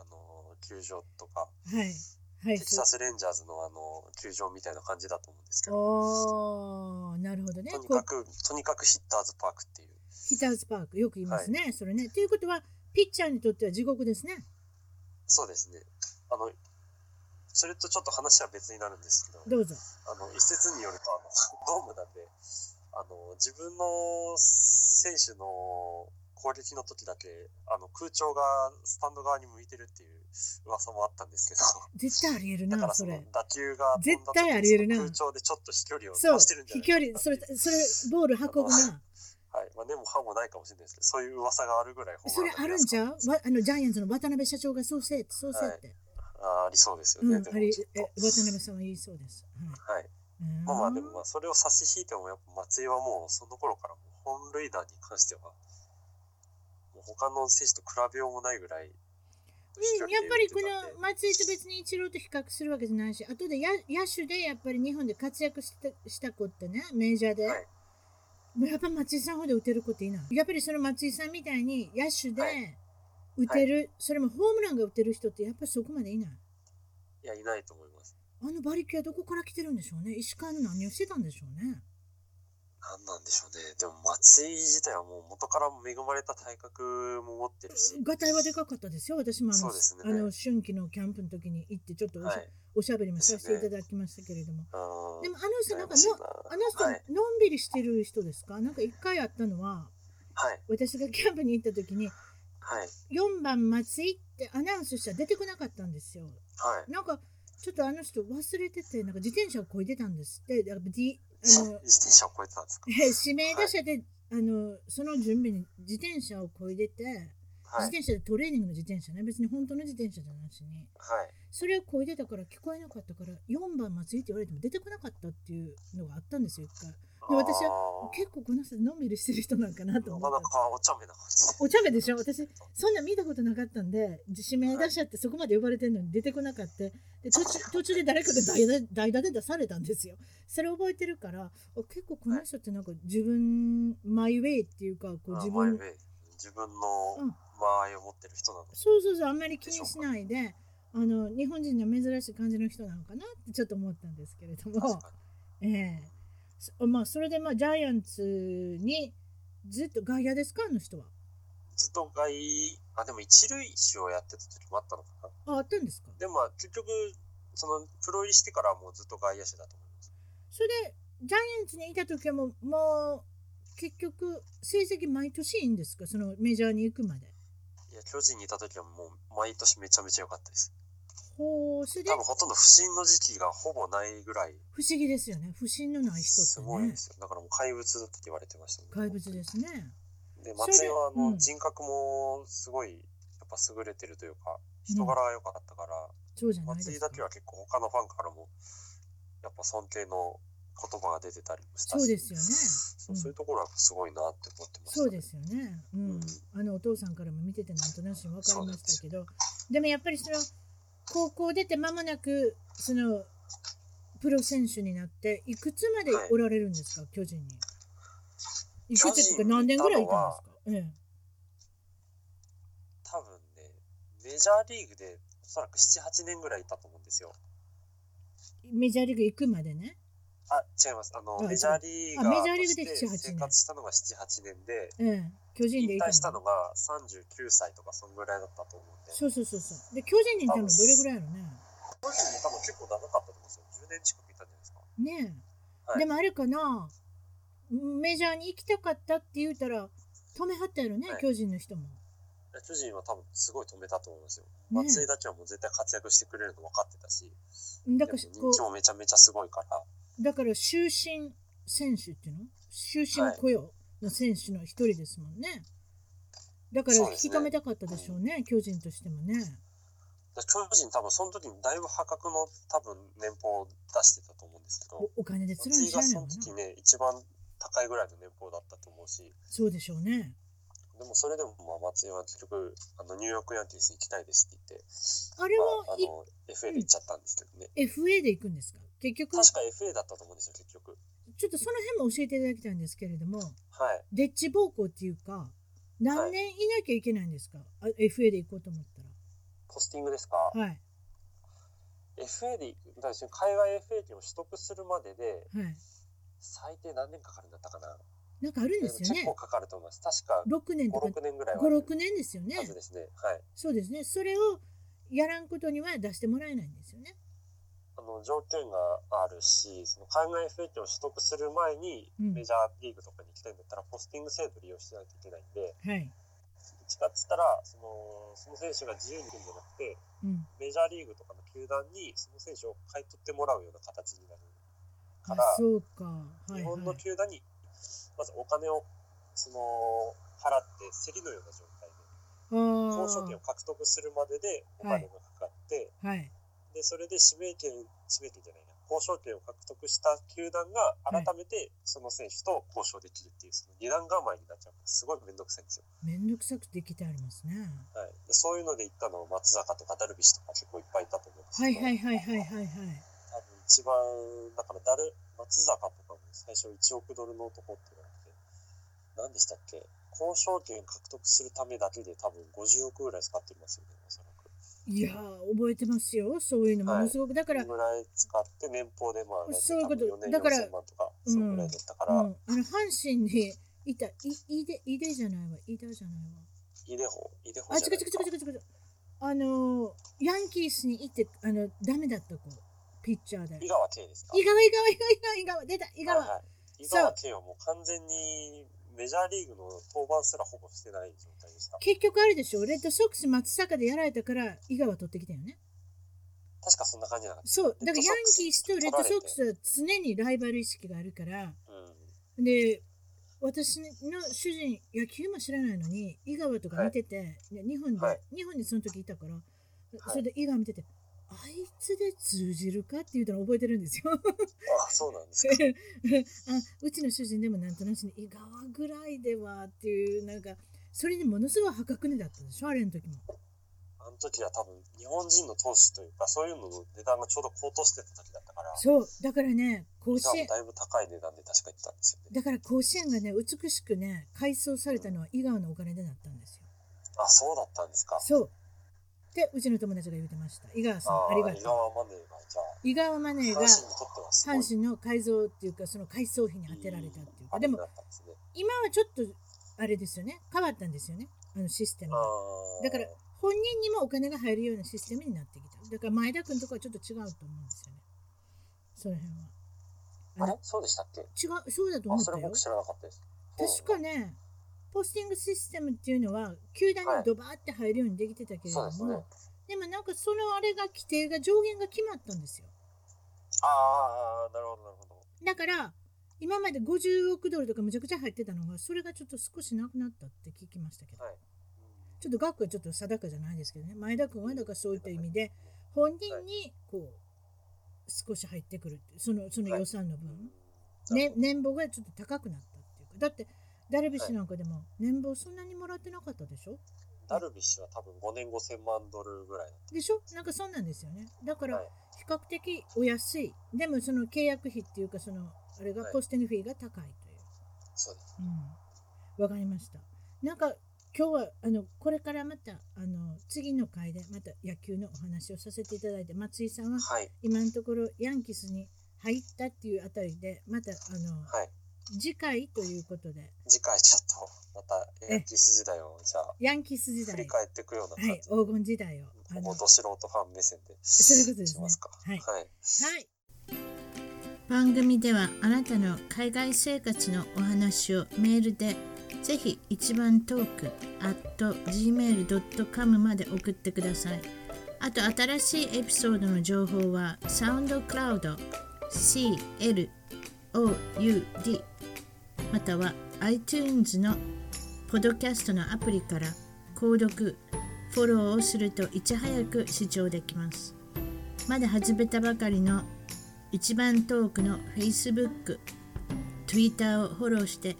あのー球場とか、はいはいテキサスレンジャーズのあの球場みたいな感じだと思うんですけど、おーなるほどねとにこかうくとにかくヒッターズパークっていう、ヒターズパークよく言いますね、それねということはピッチャーにとっては地獄ですねそうですね。あのそれとちょっと話は別になるんですけど、どうぞあの一説によるとあの ドームなんで、あの自分の選手の攻撃の時だけあの空調がスタンド側に向いてるっていう噂もあったんですけど、絶 対ありえるだかならそそのれ打球が飛ん絶だ対ありえる時なにその空調でちょっと飛距離をそう伸ばしてるんじゃな飛い距離それそれボール運ぶなはいまあ、根も葉もないかもしれないですけど、そういう噂があるぐらいホーそムれランあるんちゃうわあのジャイアンツの渡辺社長がそうせいってそうせいって、あーありそうですようね。んであもれえちょっと渡辺さんは言いそうです、はいはい。うんまあまあでもまあそれを差し引いてもやっぱ松井はもうその頃からもう本塁打に関してはもう他の選手と比べようもないぐらいうんやっぱりこ飛距離で打ってたんの松井と別にイチローと比較するわけじゃないし、あとでや野手でやっぱり日本で活躍したした子ってね、メジャーで、はいもうやっぱ松井さんほど打てる子っていない。やっぱりその松井さんみたいに野手ではい打てる、それもホームランが打てる人ってやっぱりそこまでいない。いやいないと思います。あの馬力はどこから来てるんでしょうね。石川の何をしてたんでしょうね。なんなんでしょうね。でも松井自体はもう元から恵まれた体格も持ってるし、ガタイはでかかったですよ。私もあの,、そうですねあの春季のキャンプの時に行ってちょっとおしゃ,、はい。おしゃべりもさせていただきましたけれども。うんでもあの人なんかの羨ましいなあの人、はいのんびりしてる人ですかなんか一回あったのははい私がキャンプに行った時にはい4番松井ってアナウンスしたら出てこなかったんですよはい。なんかちょっとあの人忘れててなんか自転車をこいでたんですってだから D 自あの転車を超えてたんですか。指名打者で、あのその準備に自転車をこいでて、はい自転車でトレーニングの自転車ね別に本当の自転車じゃないしねはい。それをこいでたから聞こえなかったから4番松井って言われても出てこなかったっていうのがあったんですよ一回。で私は結構この人のんびりしてる人なんかなとな思かっなたかお茶目な感じ。お茶目でしょ私そうそんなん見たことなかったんで指名打者ってそこまで呼ばれてるのに出てこなかったで途中途中で誰かが代打代打で出されたんですよそれ覚えてるからあ結構この人ってなんか自分マイウェイっていうかこう自マイウ分ェイ自分うのん間合いを持ってる人なので、そうそうそうあんまり気にしないであの日本人には珍しい感じの人なのかなってちょっと思ったんですけれども確。かにええそまあそれでまあジャイアンツにずっと外野ですかあの人はずっと外あでも一塁手をやってた時もあったのかなああったんですかでもまあ結局そのプロ入りしてからはもうずっと外野手だと思いますそれでジャイアンツにいた時はもうもう結局成績毎年いいんですかそのメジャーに行くまでいや巨人にいた時はもう毎年めちゃめちゃ良かったですほうそれで多分ほとんど不振の時期がほぼないぐらい不思議ですよね不審のない人すごっいてでねすよ、だからもう怪物だって言われてましたね怪物ですねそでれで松井はうあのん人格もすごいやっぱ優れてるというか人柄が良かったから、そうじゃないで松井すだけかは結構他のファンからもやっぱ尊敬の言葉が出てたりもしたしそうですよねそううんそういうところはすごいなって思ってました、そうですよね、うんうんあのお父さんからも見ててなんとなし分かそうりなまんでしたすけどでもやっぱりその高校出て間もなくそのプロ選手になっていくつまではいおられるんですか、巨人にいく巨人つっていうか何年ぐらいいたんですか、え多分ねメジャーリーグでおそらく78年ぐらいいたと思うんですよえ、メジャーリーグ行くまでね、あ違いますあのあメジャーリーガあメジャーーリとーグしでて78年生活したのが78年でええ、巨人で引いた退したののが39歳とかそんぐらいだったと思うんでそうそうそうそうで巨人にいたのどれぐらいやろね個人に多分結構長かったと思うんですよ。10年近くいたんじゃないですか。ねえ、はいでもあれかなメジャーに行きたかったって言うたら止めはったやろね、はい巨人の人も巨人は多分すごい止めたと思うんですよ。ね松井だけはもう絶対活躍してくれるの分かってたし、だでからも人気こもめちゃめちゃすごいから、うだから終身選手っていうの終身雇用の選手の一人ですもんね、だからそう引ですきね止めたかったでしょうね巨人としてもねで巨人多分その時にだいぶ破格の多分年俸を出してたと思うんですけど、おお金で釣る松の知ら井がないそもんのな時ね、一番高いぐらいの年俸だったと思うし、そうでしょうねでもそれでもまあ松井は結局、あのニューヨークヤンキースに行きたいですって言って、あれまはあ、あいの FA で行っちゃったんですけどね。 FA で行くんですか結局確か FA だったと思うんですよ、結局。ちょっとその辺も教えていただきたいんですけれどもはい。デッチ暴行っていうか何年いなきゃいけないんですか、あ FA で行こうと思っポスティングですか、たらはい ?FA で、だから海外 FA 権を取得するまでで、はい最低何年かかるんだったかななんかあるんででもすよ結ね構かかると思います。確か6年とか5、6年ぐらいはある56年ですよねはずですね。はい。そうですねそれをやらんことには出してもらえないんですよねあの、条件があるし、その海外 FA 権を取得する前に、うんメジャーリーグとかに行きたいんだったら、ポスティング制度を利用しないといけないんで、はい、 1月ったら、その、その選手が自由に行くんじゃなくて、うん、メジャーリーグとかの球団にその選手を買い取ってもらうような形になるあから、そうかはい日は本のい球団にまずお金をその払って競りのような状態であ交渉権をー獲得するまででお金がかかって、はいでそれで指名権指名権じゃないな交渉権を獲得した球団が改めてその選手と交渉できるっていうその二段構えになっちゃうからすごい面倒くさいんですよ、めんどくさくできてありますねはい、でそういうので行ったのは松坂とかダルビッシュとか結構いっぱいいたと思うんですはいけど、はいはいはいはいはい多分一番だからダル松坂とかも最初1億ドルの男って言われて何でしたっけ交渉権獲得するためだけで多分50億ぐらい使ってますよねおそらくいやー覚えてますよそういうのものすごくだからこのぐらい使って年俸でまあそういうこと多分4年だから4000万とかそのぐらいだったから、うん、あの阪神にいたいいでいでじゃないわいたじゃないイデホイデホわあじ違ゃう違ないうですか違う違う違うあのーヤンキースに行ってあのダメだった子ピッチャーで井川圭ですか井川井川井川井川井川出た井川、はいはい、井そう川圭はもう完全にメジャーリーグの登板すらほぼしてない状態でした結局あれでしょレッドソックス松坂でやられたから井川取ってきたよね確かそんな感じなかっそうだからレッドヤソンックスキースとレッドソックスは常にライバル意識があるからた、うん、で私の主人野球も知らないのに井川とか見てて、で日本で、はい日本にその時いたから、それで井川見ててあいつで通じるかって言うたの覚えてるんですよ あそうなんですかあうちの主人でもなんとなしに井川ぐらいではっていうなんかそれにものすごい破格値だったでしょあれの時もあの時は多分日本人の投資というかそういうのの値段がちょうど高騰してた時だったからそうだからね甲今子も園だいぶ高い値段で確か言ってたんですよねだから甲子園がね美しくね改装されたのは井川のお金でなったんですよあそうだったんですかそう。で、うちの友達が言ってました。井川さん、ありが井と川マネーがじゃあう。井川マネー阪が神にとってはすごい阪神の改造っていうか、その改装費に充てられたっていうか、でもあれだったんですね今はちょっとあれですよね、変わったんですよね、あのシステムあが。ーだから本人にもお金が入るようなシステムになってきた。だから前田君とかはちょっと違うと思うんですよね。その辺は。あれそうでしたっけあ違う、そうだと思っそたれよ僕。知らなかったです確かね、ポスティングシステムっていうのは、球団にドバーって入るようにできてたけれそうどなんですも、ねでもなんかそのあれが規定が上限が決まったんですよああなるほどなるほどだから今まで50億ドルとかむちゃくちゃ入ってたのがそれがちょっと少しなくなったって聞きましたけどはいちょっと額はちょっと定かじゃないですけどね前田君はだからそういった意味で本人にこう少し入ってくるっていうそのその予算のう分、んね、年俸がちょっと高くなったっていうかだってダルビッシュなんかでも年俸そんなにもらってなかったでしょダルビッシュは多分5年5000万ドルぐらいだっでしょなんかそんなんですよねだからはい比較的お安いでもその契約費っていうかそのあれがはいポスティングフィーが高いという、たそうですうん、わかりましたなんか今日はあのこれからまたあの次の回でまた野球のお話をさせていただいて松井さんははい今のところヤンキースに入ったっていうあたりでまたあのはい次回ということで、次回ちょっとまたヤンキース時代をじゃあヤンキース時振代り、返っていくようなはい感、じ黄金時代を。あで、の元素人ファン目線でそういうことですねしますか。はいはいはい。番組ではあなたの海外生活のお話をメールでぜひ一番トーク at gmail.com まで送ってください。あと新しいエピソードの情報はサウンドクラウド CLOUD または iTunes のポッドキャストのアプリから購読、フォローをするといち早く視聴できます。まだ始めたばかりの一番トークの Facebook、Twitter をフォローして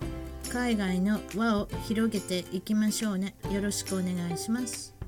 海外の輪を広げていきましょうね。よろしくお願いします。